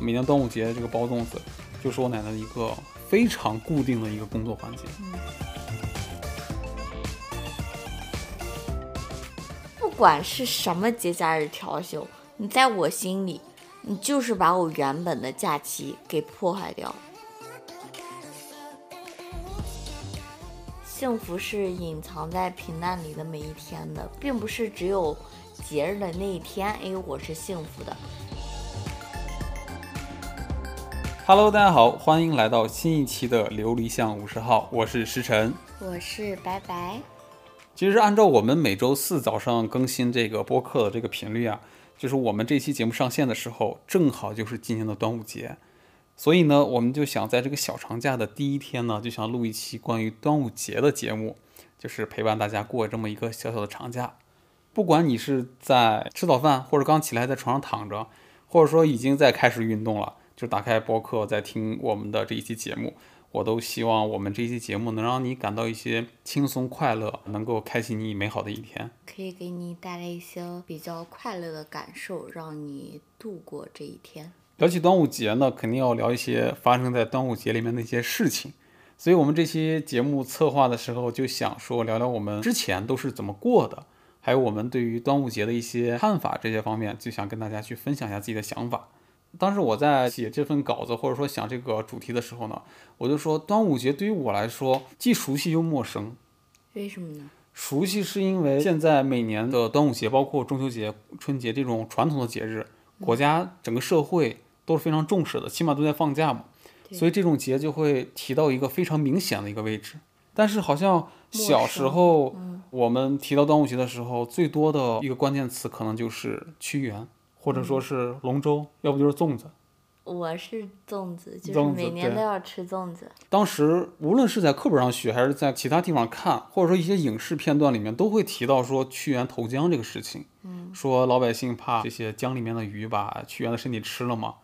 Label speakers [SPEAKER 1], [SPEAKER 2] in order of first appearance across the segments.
[SPEAKER 1] 每年端午节这个包粽子，就是我奶奶的一个非常固定的一个工作环节。
[SPEAKER 2] 不管是什么节假日调休，你在我心里，你就是把我原本的假期给破坏掉了。幸福是隐藏在平淡里的每一天的，并不是只有节日的那一天，哎，我是幸福的。
[SPEAKER 1] Hello，大家好，欢迎来到新一期的琉璃巷五十号，我是石晨。
[SPEAKER 2] 我是白白，
[SPEAKER 1] 其实按照我们每周四早上更新这个播客的这个频率啊，就是我们这期节目上线的时候，正好就是今年的端午节，所以呢，我们就想在这个小长假的第一天呢，就想录一期关于端午节的节目，就是陪伴大家过这么一个小小的长假。不管你是在吃早饭，或者刚起来在床上躺着，或者说已经在开始运动了，就打开播客在听我们的这一期节目，我都希望我们这一期节目能让你感到一些轻松快乐，能够开启你美好的一天。
[SPEAKER 2] 可以给你带来一些比较快乐的感受，让你度过这一天。
[SPEAKER 1] 聊起端午节呢，肯定要聊一些发生在端午节里面的一些事情，所以我们这期节目策划的时候就想说聊聊我们之前都是怎么过的，还有我们对于端午节的一些看法这些方面，就想跟大家去分享一下自己的想法。当时我在写这份稿子或者说想这个主题的时候呢，我就说端午节对于我来说既熟悉又陌生，
[SPEAKER 2] 为什么呢？
[SPEAKER 1] 熟悉是因为现在每年的端午节，包括中秋节、春节这种传统的节日，
[SPEAKER 2] 嗯
[SPEAKER 1] 国家整个社会都是非常重视的，起码都在放假嘛，
[SPEAKER 2] 对
[SPEAKER 1] 所以这种节就会提到一个非常明显的一个位置。但是好像
[SPEAKER 2] 陌
[SPEAKER 1] 小时
[SPEAKER 2] 生嗯
[SPEAKER 1] 候我们提到端午节的时候，最多的一个关键词可能就是屈原，或者
[SPEAKER 2] 嗯
[SPEAKER 1] 说是龙舟，要不就是粽子。
[SPEAKER 2] 我是粽子，就
[SPEAKER 1] 粽子
[SPEAKER 2] 是每年
[SPEAKER 1] 对
[SPEAKER 2] 都要吃粽子。
[SPEAKER 1] 当时无论是在课本上学，还是在其他地方看，或者说一些影视片段里面，都会提到说屈原投江这个事情。嗯，说老百姓怕这些江里面的鱼把屈原的身体吃了嘛，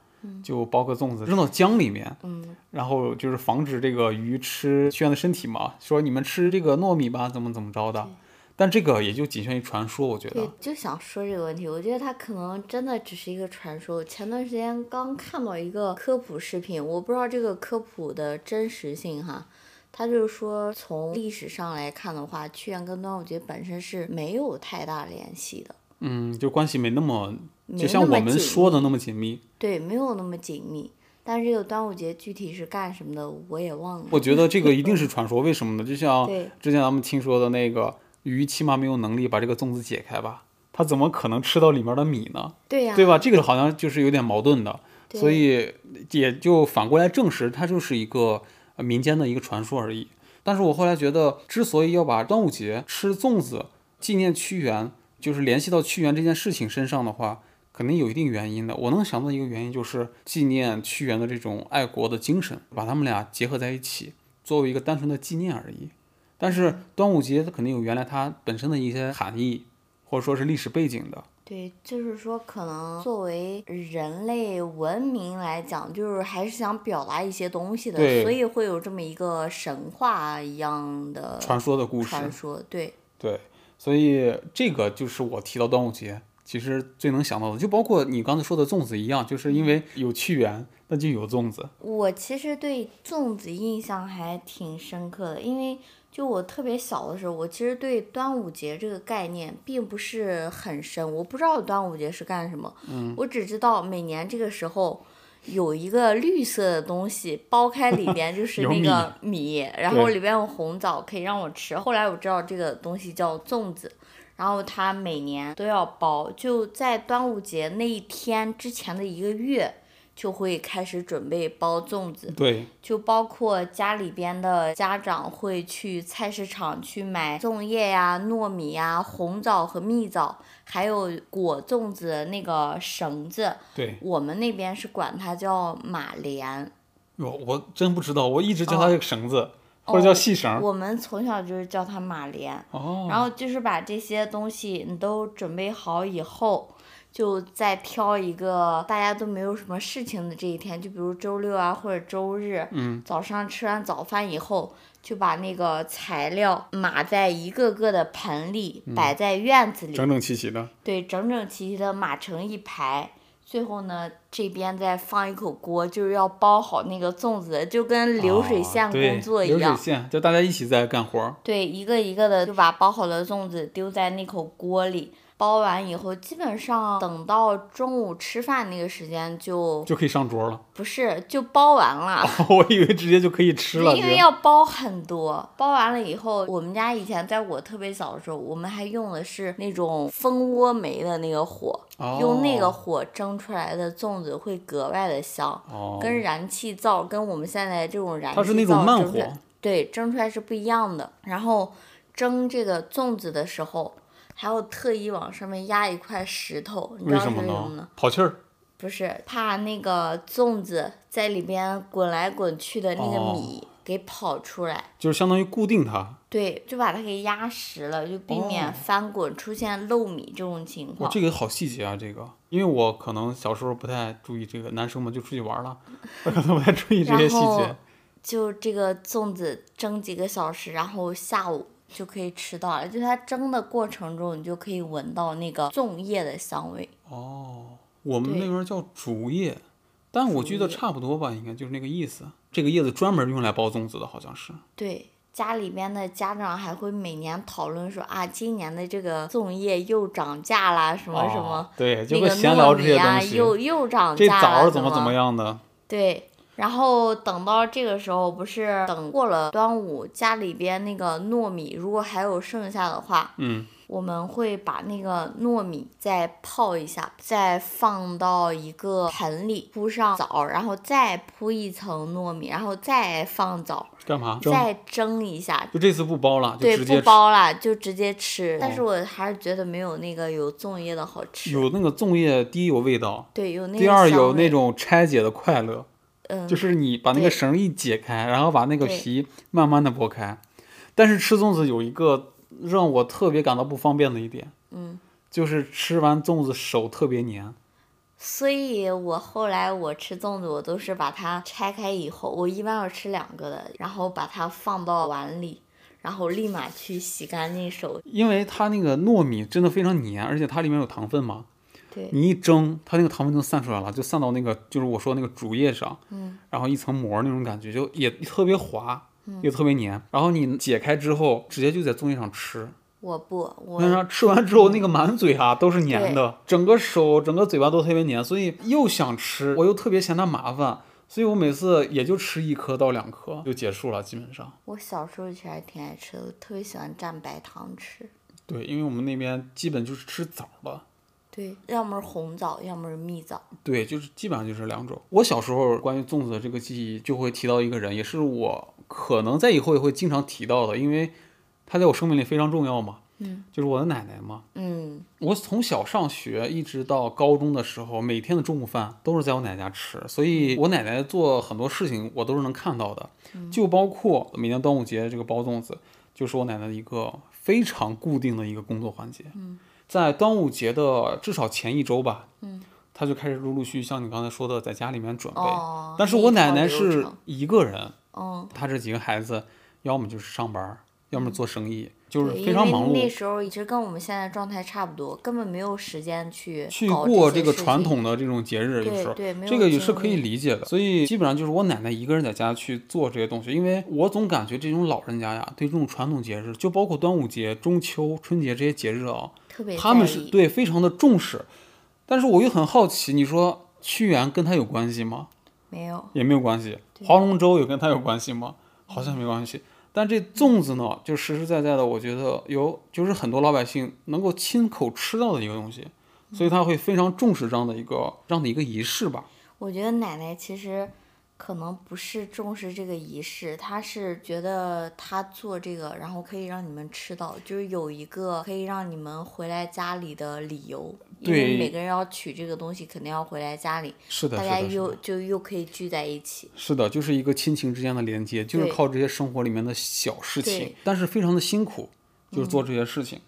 [SPEAKER 1] 就包个粽子扔到江里面，
[SPEAKER 2] 嗯，
[SPEAKER 1] 然后就是防止这个鱼吃屈原的身体嘛。说你们吃这个糯米吧，怎么怎么着的。但这个也就仅限于传说，我觉
[SPEAKER 2] 对
[SPEAKER 1] 得。，
[SPEAKER 2] 就想说这个问题。我觉得它可能真的只是一个传说。前段时间刚看到一个科普视频，我不知道这个科普的真实性哈。他就是说，从历史上来看的话，屈原跟端午节本身是没有太大联系的，
[SPEAKER 1] 嗯，就关系没那么，
[SPEAKER 2] 没
[SPEAKER 1] 就像
[SPEAKER 2] 那么
[SPEAKER 1] 我们
[SPEAKER 2] 紧
[SPEAKER 1] 说
[SPEAKER 2] 密
[SPEAKER 1] 的那么紧密。
[SPEAKER 2] 对，没有那么紧密。但是这个端午节具体是干什么的，我也忘了。
[SPEAKER 1] 我觉得这个一定是传说，为什么呢？就像
[SPEAKER 2] 对
[SPEAKER 1] 之前咱们听说的那个鱼，起码没有能力把这个粽子解开吧？它怎么可能吃到里面的米呢？
[SPEAKER 2] 对呀、
[SPEAKER 1] 对吧？这个好像就是有点矛盾的，
[SPEAKER 2] 对
[SPEAKER 1] 所以也就反过来证实它就是一个呃民间的一个传说而已。但是我后来觉得，之所以要把端午节吃粽子纪念屈原，就是联系到屈原这件事情身上的话，肯定有一定原因的。我能想到一个原因就是纪念屈原的这种爱国的精神，把他们俩结合在一起，作为一个单纯的纪念而已。但是端午节它肯定有原来它本身的一些含义，或者说是历史背景的。
[SPEAKER 2] 对，就是说，可能作为人类文明来讲，就是还是想表达一些东西的
[SPEAKER 1] 对，
[SPEAKER 2] 所以会有这么一个神话一样的
[SPEAKER 1] 传说的故事，
[SPEAKER 2] 传说。对，
[SPEAKER 1] 对，所以这个就是我提到端午节，其实最能想到的，就包括你刚才说的粽子一样，就是因为有屈原，那就有粽子。
[SPEAKER 2] 我其实对粽子印象还挺深刻的，因为就我特别小的时候，我其实对端午节这个概念并不是很深，我不知道端午节是干什么，
[SPEAKER 1] 嗯
[SPEAKER 2] 我只知道每年这个时候。有一个绿色的东西，剥开 里边就是
[SPEAKER 1] 有
[SPEAKER 2] 那个米，然
[SPEAKER 1] 对
[SPEAKER 2] 后里边有红枣，可以让我吃。后来我知道这个东西叫粽子，然后它每年都要包，就在端午节那一天之前的一个月，就会开始准备包粽子，
[SPEAKER 1] 对，
[SPEAKER 2] 就包括家里边的家长会去菜市场去买粽叶呀、糯米呀、红枣和蜜枣，还有裹粽子的那个绳子，
[SPEAKER 1] 对，
[SPEAKER 2] 我们那边是管它叫马莲，
[SPEAKER 1] 我我真不知道，我一直叫它这个绳子，或者
[SPEAKER 2] 哦
[SPEAKER 1] 叫细绳儿。
[SPEAKER 2] 我们从小就是叫它马莲。
[SPEAKER 1] 哦，
[SPEAKER 2] 然后就是把这些东西你都准备好以后，就再挑一个大家都没有什么事情的这一天，就比如周六啊或者周日，
[SPEAKER 1] 嗯，
[SPEAKER 2] 早上吃完早饭以后，就把那个材料码在一个个的
[SPEAKER 1] 嗯
[SPEAKER 2] 盆里，摆在院子里，
[SPEAKER 1] 整整齐齐的。
[SPEAKER 2] 对，整整齐齐的码成一排。最后呢，这边再放一口锅，就是要包好那个粽子，就跟流水线
[SPEAKER 1] 啊对
[SPEAKER 2] 工作一
[SPEAKER 1] 流
[SPEAKER 2] 样。
[SPEAKER 1] 水线就大家一起在干活儿。
[SPEAKER 2] 对，一个一个的就把包好的粽子丢在那口锅里，包完以后，基本上等到中午吃饭那个时间就
[SPEAKER 1] 就可以上桌 了，
[SPEAKER 2] 不是就包完了。
[SPEAKER 1] 我以为直接就可以啊吃了。
[SPEAKER 2] 因为要包很多，包完了以后，我们家以前在我特别小的时候，我们还用的是那种蜂窝煤的那个火，
[SPEAKER 1] 哦
[SPEAKER 2] 用那个火蒸出来的粽子会格外的香，
[SPEAKER 1] 哦，
[SPEAKER 2] 跟燃气灶跟我们现在这种燃气灶
[SPEAKER 1] 它是那种慢
[SPEAKER 2] 蒸出来
[SPEAKER 1] 火，
[SPEAKER 2] 对，蒸出来是不一样的。然后蒸这个粽子的时候，还要特意往上面压一块石头，你知
[SPEAKER 1] 为
[SPEAKER 2] 道是
[SPEAKER 1] 什
[SPEAKER 2] 为
[SPEAKER 1] 么
[SPEAKER 2] 什么
[SPEAKER 1] 呢
[SPEAKER 2] 呢？？
[SPEAKER 1] 跑气儿
[SPEAKER 2] 不是怕那个粽子在里边滚来滚去的那
[SPEAKER 1] 哦
[SPEAKER 2] 个米给跑出来，
[SPEAKER 1] 就是相当于固定它。
[SPEAKER 2] 对，就把它给压实了，就避免
[SPEAKER 1] 哦
[SPEAKER 2] 翻滚出现漏米这种情
[SPEAKER 1] 哇，
[SPEAKER 2] 况。
[SPEAKER 1] 这个好细节啊，这个，因为我可能小时候不太注意这个，男生嘛就出去玩儿了，我可能不太注意这些细
[SPEAKER 2] 然后
[SPEAKER 1] 节。
[SPEAKER 2] 就这个粽子蒸几个小时，然后下午就可以吃到了。就它蒸的过程中，你就可以闻到那个粽叶的香味。
[SPEAKER 1] 哦，我们
[SPEAKER 2] 对
[SPEAKER 1] 那边儿叫竹叶，但我记得
[SPEAKER 2] 竹叶
[SPEAKER 1] 差不多吧，应该就是那个意思。这个叶子专门用来包粽子的，好像是。
[SPEAKER 2] 对，家里边的家长还会每年讨论说啊，今年的这个粽叶又涨价啦，什么什
[SPEAKER 1] 哦
[SPEAKER 2] 么，
[SPEAKER 1] 对，就
[SPEAKER 2] 那
[SPEAKER 1] 会
[SPEAKER 2] 个
[SPEAKER 1] 闲
[SPEAKER 2] 糯
[SPEAKER 1] 聊这
[SPEAKER 2] 米
[SPEAKER 1] 些
[SPEAKER 2] 啊
[SPEAKER 1] 东西。
[SPEAKER 2] 又又涨
[SPEAKER 1] 这
[SPEAKER 2] 价
[SPEAKER 1] 枣
[SPEAKER 2] 了，
[SPEAKER 1] 儿怎么怎么样的？
[SPEAKER 2] 对，然后等到这个时候，不是等过了端午，家里边那个糯米如果还有剩下的话，
[SPEAKER 1] 嗯，
[SPEAKER 2] 我们会把那个糯米再泡一下，再放到一个盆里，铺上枣，然后再铺一层糯米，然后再放枣，
[SPEAKER 1] 干嘛？蒸？
[SPEAKER 2] 再蒸一下。
[SPEAKER 1] 就这次不包了，就
[SPEAKER 2] 对，
[SPEAKER 1] 直
[SPEAKER 2] 不
[SPEAKER 1] 接
[SPEAKER 2] 包啦，就直接吃。但
[SPEAKER 1] 哦
[SPEAKER 2] 是我还是觉得没有那个有粽叶的好吃。
[SPEAKER 1] 有那个粽叶，第一有味道，
[SPEAKER 2] 对，有那个
[SPEAKER 1] 第二有
[SPEAKER 2] 香
[SPEAKER 1] 那
[SPEAKER 2] 味
[SPEAKER 1] 种拆解的快乐，
[SPEAKER 2] 嗯，
[SPEAKER 1] 就是你把那个
[SPEAKER 2] 对
[SPEAKER 1] 绳一解开，然后把那个
[SPEAKER 2] 对
[SPEAKER 1] 皮慢慢的剥开。但是吃粽子有一个让我特别感到不方便的一点，
[SPEAKER 2] 嗯，
[SPEAKER 1] 就是吃完粽子手特别黏。
[SPEAKER 2] 所以我后来我吃粽子，我都是把它拆开以后，我一般要吃两个的，然后把它放到碗里，然后立马去洗干净手。
[SPEAKER 1] 因为它那个糯米真的非常黏，而且它里面有糖分嘛，
[SPEAKER 2] 对，
[SPEAKER 1] 你一蒸，它那个糖分就散出来了，就散到那个就是我说那个竹叶上，
[SPEAKER 2] 嗯，
[SPEAKER 1] 然后一层膜那种感觉，就也特别滑，
[SPEAKER 2] 嗯
[SPEAKER 1] 又特别黏。然后你解开之后，直接就在粽叶上吃，
[SPEAKER 2] 我不，我
[SPEAKER 1] 但是吃完之后那个满嘴啊都是黏
[SPEAKER 2] 对
[SPEAKER 1] 的，整个手、整个嘴巴都特别黏，所以又想吃，我又特别嫌它麻烦，所以我每次也就吃一颗到两颗就结束了，基本上。
[SPEAKER 2] 我小时候其实还挺爱吃的，我特别喜欢蘸白糖吃。
[SPEAKER 1] 对，因为我们那边基本就是吃枣了。
[SPEAKER 2] 对，要么是红枣，要么是蜜枣。
[SPEAKER 1] 对，就是基本上就是两种。我小时候关于粽子的这个记忆，就会提到一个人，也是我可能在以后也会经常提到的，因为他在我生命里非常重要嘛。
[SPEAKER 2] 嗯，
[SPEAKER 1] 就是我的奶奶嘛。
[SPEAKER 2] 嗯，
[SPEAKER 1] 我从小上学一直到高中的时候，每天的中午饭都是在我奶奶家吃，所
[SPEAKER 2] 嗯
[SPEAKER 1] 以我奶奶做很多事情我都是能看到的，就包括每年端午节这个包粽子，就是我奶奶的一个非常固定的一个工作环节。嗯，在端午节的至少前一周吧，
[SPEAKER 2] 嗯，
[SPEAKER 1] 她就开始陆陆续续像你刚才说的，在家里面准备。
[SPEAKER 2] 哦。
[SPEAKER 1] 但是
[SPEAKER 2] 那
[SPEAKER 1] 我
[SPEAKER 2] 一
[SPEAKER 1] 奶
[SPEAKER 2] 套
[SPEAKER 1] 奶
[SPEAKER 2] 流
[SPEAKER 1] 是
[SPEAKER 2] 程
[SPEAKER 1] 一个人，
[SPEAKER 2] 嗯，
[SPEAKER 1] 她这几个孩子要么就是上班儿，要么做生意，就是
[SPEAKER 2] 嗯对
[SPEAKER 1] 非常
[SPEAKER 2] 因为
[SPEAKER 1] 忙碌。
[SPEAKER 2] 那时候其实跟我们现在状态差不多，根本没有时间去
[SPEAKER 1] 去
[SPEAKER 2] 搞
[SPEAKER 1] 过
[SPEAKER 2] 这
[SPEAKER 1] 这
[SPEAKER 2] 些
[SPEAKER 1] 个
[SPEAKER 2] 事
[SPEAKER 1] 传
[SPEAKER 2] 情。
[SPEAKER 1] 统的这种节日，有
[SPEAKER 2] 对
[SPEAKER 1] 时候
[SPEAKER 2] 对没
[SPEAKER 1] 这
[SPEAKER 2] 有
[SPEAKER 1] 个也
[SPEAKER 2] 精
[SPEAKER 1] 是可以
[SPEAKER 2] 力
[SPEAKER 1] 理解的。所以基本上就是我奶奶一个人在家去做这些东西，因为我总感觉这种老人家呀，对这种传统节日，就包括端午节、中秋、春节这些节日啊，
[SPEAKER 2] 特别
[SPEAKER 1] 他们
[SPEAKER 2] 在
[SPEAKER 1] 是
[SPEAKER 2] 意
[SPEAKER 1] 对非常的重视。但是我又很好奇，你说屈原跟他有关系吗？
[SPEAKER 2] 没有。
[SPEAKER 1] 也没有关系。划龙舟有跟他有关系吗？好像没关系。但这粽子呢，就实实在在的，我觉得有，就是很多老百姓能够亲口吃到的一个东西，
[SPEAKER 2] 嗯
[SPEAKER 1] 所以他会非常重视这样的一个这样的一个仪式吧。
[SPEAKER 2] 我觉得奶奶其实可能不是重视这个仪式，她是觉得她做这个，然后可以让你们吃到，就是有一个可以让你们回来家里的理由。因为
[SPEAKER 1] 对
[SPEAKER 2] 每个人要取这个东西，肯定要回来家里，
[SPEAKER 1] 是的，
[SPEAKER 2] 大
[SPEAKER 1] 是
[SPEAKER 2] 家
[SPEAKER 1] 的，是
[SPEAKER 2] 又
[SPEAKER 1] 的，
[SPEAKER 2] 就又可以聚在一起。
[SPEAKER 1] 是的，就是一个亲情之间的连接，就是
[SPEAKER 2] 对
[SPEAKER 1] 靠这些生活里面的小事情
[SPEAKER 2] 对，嗯
[SPEAKER 1] 但是非常的辛苦，就是做这些事情。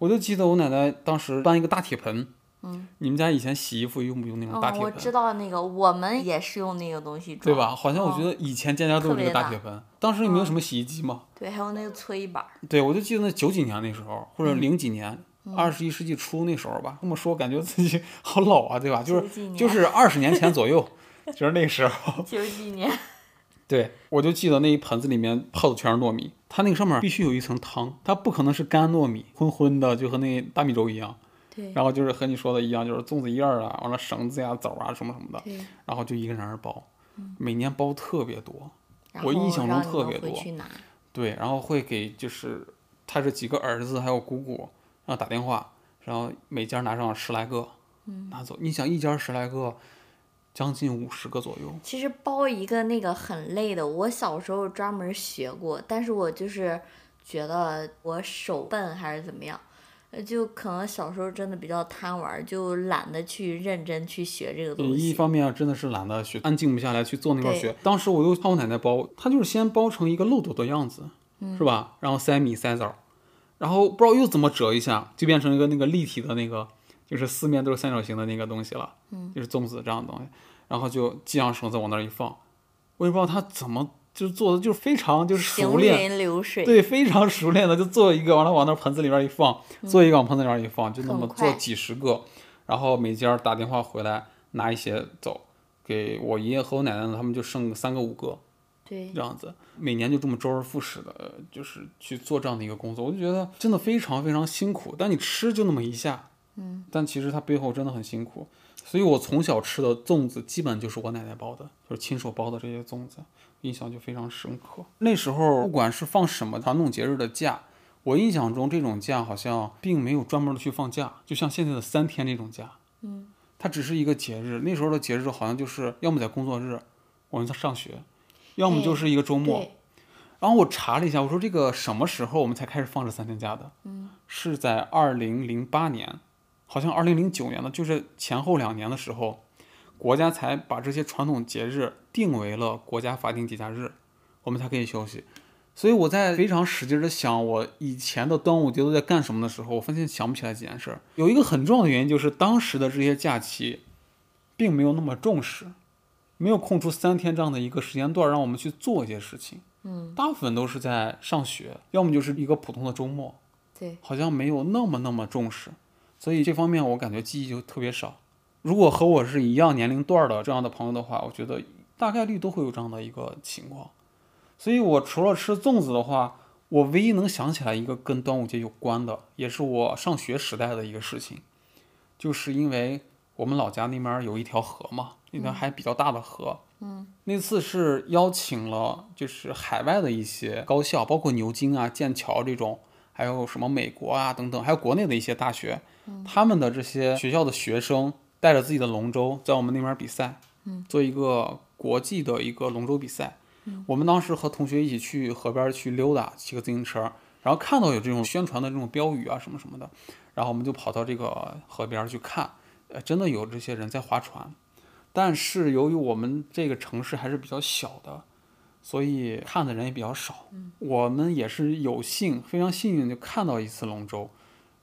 [SPEAKER 1] 我就记得我奶奶当时搬一个大铁盆，嗯，你们家以前洗衣服用不用那种大
[SPEAKER 2] 嗯，
[SPEAKER 1] 铁
[SPEAKER 2] 我
[SPEAKER 1] 盆？
[SPEAKER 2] 知道那个，我们也是用那个东西
[SPEAKER 1] 对
[SPEAKER 2] 装，
[SPEAKER 1] 吧？好像我觉
[SPEAKER 2] 哦
[SPEAKER 1] 得以前家家都有这个大铁盆，当
[SPEAKER 2] 嗯
[SPEAKER 1] 时也没有什么洗衣机嘛。
[SPEAKER 2] 对，还有那个搓衣板儿，嗯
[SPEAKER 1] 对，我就记得那九几年那时候，或者零几年，二十一世纪初那时候吧，这么说感觉自己好老啊，对吧？就
[SPEAKER 2] 九几
[SPEAKER 1] 是
[SPEAKER 2] 年
[SPEAKER 1] 就是二十年前左右，就是那个时候。
[SPEAKER 2] 九几 年，
[SPEAKER 1] 对，我就记得那一盆子里面泡的全是糯米，它那个上面必须有一层汤，它不可能是干糯米，昏昏的，就和那大米粥一样。
[SPEAKER 2] 对
[SPEAKER 1] 然后就是和你说的一样，就是粽子叶儿啊，完了绳子呀、枣啊什么什么的，
[SPEAKER 2] 对，
[SPEAKER 1] 然后就一个人儿包，
[SPEAKER 2] 嗯
[SPEAKER 1] 每年包特别多。
[SPEAKER 2] 然
[SPEAKER 1] 我
[SPEAKER 2] 后
[SPEAKER 1] 印象中
[SPEAKER 2] 让你
[SPEAKER 1] 特
[SPEAKER 2] 们
[SPEAKER 1] 别
[SPEAKER 2] 回
[SPEAKER 1] 多
[SPEAKER 2] 去拿，
[SPEAKER 1] 对，然后会给就是他这几个儿子还有姑姑，然后打电话，然后每家拿上十来个，拿走。你想一家十来个，将近五十个左右。
[SPEAKER 2] 其实包一个那个很累的，我小时候专门学过，但是我就是觉得我手笨还是怎么样，呃，就可能小时候真的比较贪玩儿，就懒得去认真去学这个
[SPEAKER 1] 对，
[SPEAKER 2] 东
[SPEAKER 1] 一
[SPEAKER 2] 西。
[SPEAKER 1] 方面真的是懒得学，安静不下来去做那块
[SPEAKER 2] 对
[SPEAKER 1] 学。当时我就看我奶奶包，她就是先包成一个漏斗的样子，
[SPEAKER 2] 嗯
[SPEAKER 1] 是吧？然后塞米塞枣，然后不知道又怎么折一下，就变成一个那个立体的那个，就是四面都是三角形的那个东西了，
[SPEAKER 2] 嗯
[SPEAKER 1] 就是粽子这样的东西。然后就系上绳子往那儿一放，我也不知道她怎么就是做的，就是非常就是熟
[SPEAKER 2] 行
[SPEAKER 1] 练，
[SPEAKER 2] 云流水，
[SPEAKER 1] 对，非常熟练的就做一个，完了往那盆子里边一放，做一个往盆子里边一放，就那
[SPEAKER 2] 嗯很
[SPEAKER 1] 么
[SPEAKER 2] 快
[SPEAKER 1] 做几十个，然后每家打电话回来拿一些走，给我爷爷和我奶奶呢，他们就剩三个五个
[SPEAKER 2] 对
[SPEAKER 1] 这样子，每年就这么周而复始的，呃就是去做这样的一个工作，我就觉得真的非常非常辛苦，但你吃就那么一下，嗯，但其实它背后真的很辛苦。所以我从小吃的粽子，基本就是我奶奶包的，就是亲手包的这些粽子，印象就非常深刻。那时候不管是放什么传统节日的假，我印象中这种假好像并没有专门的去放假，就像现在的三天这种假，嗯，它只是一个节日。那时候的节日好像就是要么在工作日，我们在上学，要么就是一个周末。
[SPEAKER 2] 对，
[SPEAKER 1] 然后我查了一下，我说这个什么时候我们才开始放这三天假的？嗯，是在二零零八年，好像二零零九年的，就是前后两年的时候，国家才把这些传统节日定为了国家法定节假日，我们才可以休息。所以我在非常使劲的想我以前的端午节都在干什么的时候，我发现想不起来几件事儿。有一个很重要的原因就是当时的这些假期，并没有那么重视，没有空出三天这样的一个时间段让我们去做一些事情。大部分都是在上学，要么就是一个普通的周末，
[SPEAKER 2] 对，
[SPEAKER 1] 好像没有那么那么重视，所以这方面我感觉记忆就特别少。如果和我是一样年龄段儿的这样的朋友的话，我觉得大概率都会有这样的一个情况。所以我除了吃粽子的话，我唯一能想起来一个跟端午节有关的，也是我上学时代的一个事情，就是因为我们老家那边儿有一条河嘛，那条还比较大的河，嗯那次是邀请了就是海外的一些高校，包括牛津啊、剑桥这种，还有什么美国啊等等，还有国内的一些大学，他们的这些学校的学生带着自己的龙舟在我们那边比赛，做一个国际的一个龙舟比赛。我们当时和同学一起去河边去溜达，骑个自行车，然后看到有这种宣传的这种标语啊什么什么的，然后我们就跑到这个河边去看，呃，真的有这些人在划船。但是由于我们这个城市还是比较小的，所以看的人也比较少。我们也是有幸，非常幸运就看到一次龙舟，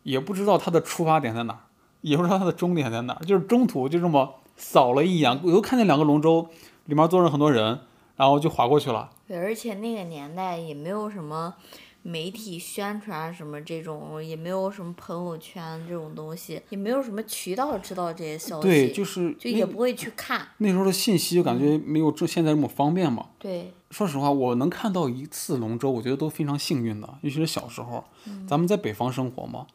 [SPEAKER 1] 也不知道它的出发点在哪儿，也不知道它的终点在哪儿，就是中途就这么扫了一眼，我又看见两个龙舟里面坐着很多人，然后就划过去了。
[SPEAKER 2] 对，而且那个年代也没有什么媒体宣传啊什么这种，也没有什么朋友圈这种东西，也没有什么渠道知道这些消息，
[SPEAKER 1] 对，就是
[SPEAKER 2] 就也不会去看。
[SPEAKER 1] 那时候的信息就感觉没有这现在这么方便嘛。
[SPEAKER 2] 对，
[SPEAKER 1] 说实话，我能看到一次龙舟，我觉得都非常幸运的，尤其是小时候，咱们在北方生活嘛，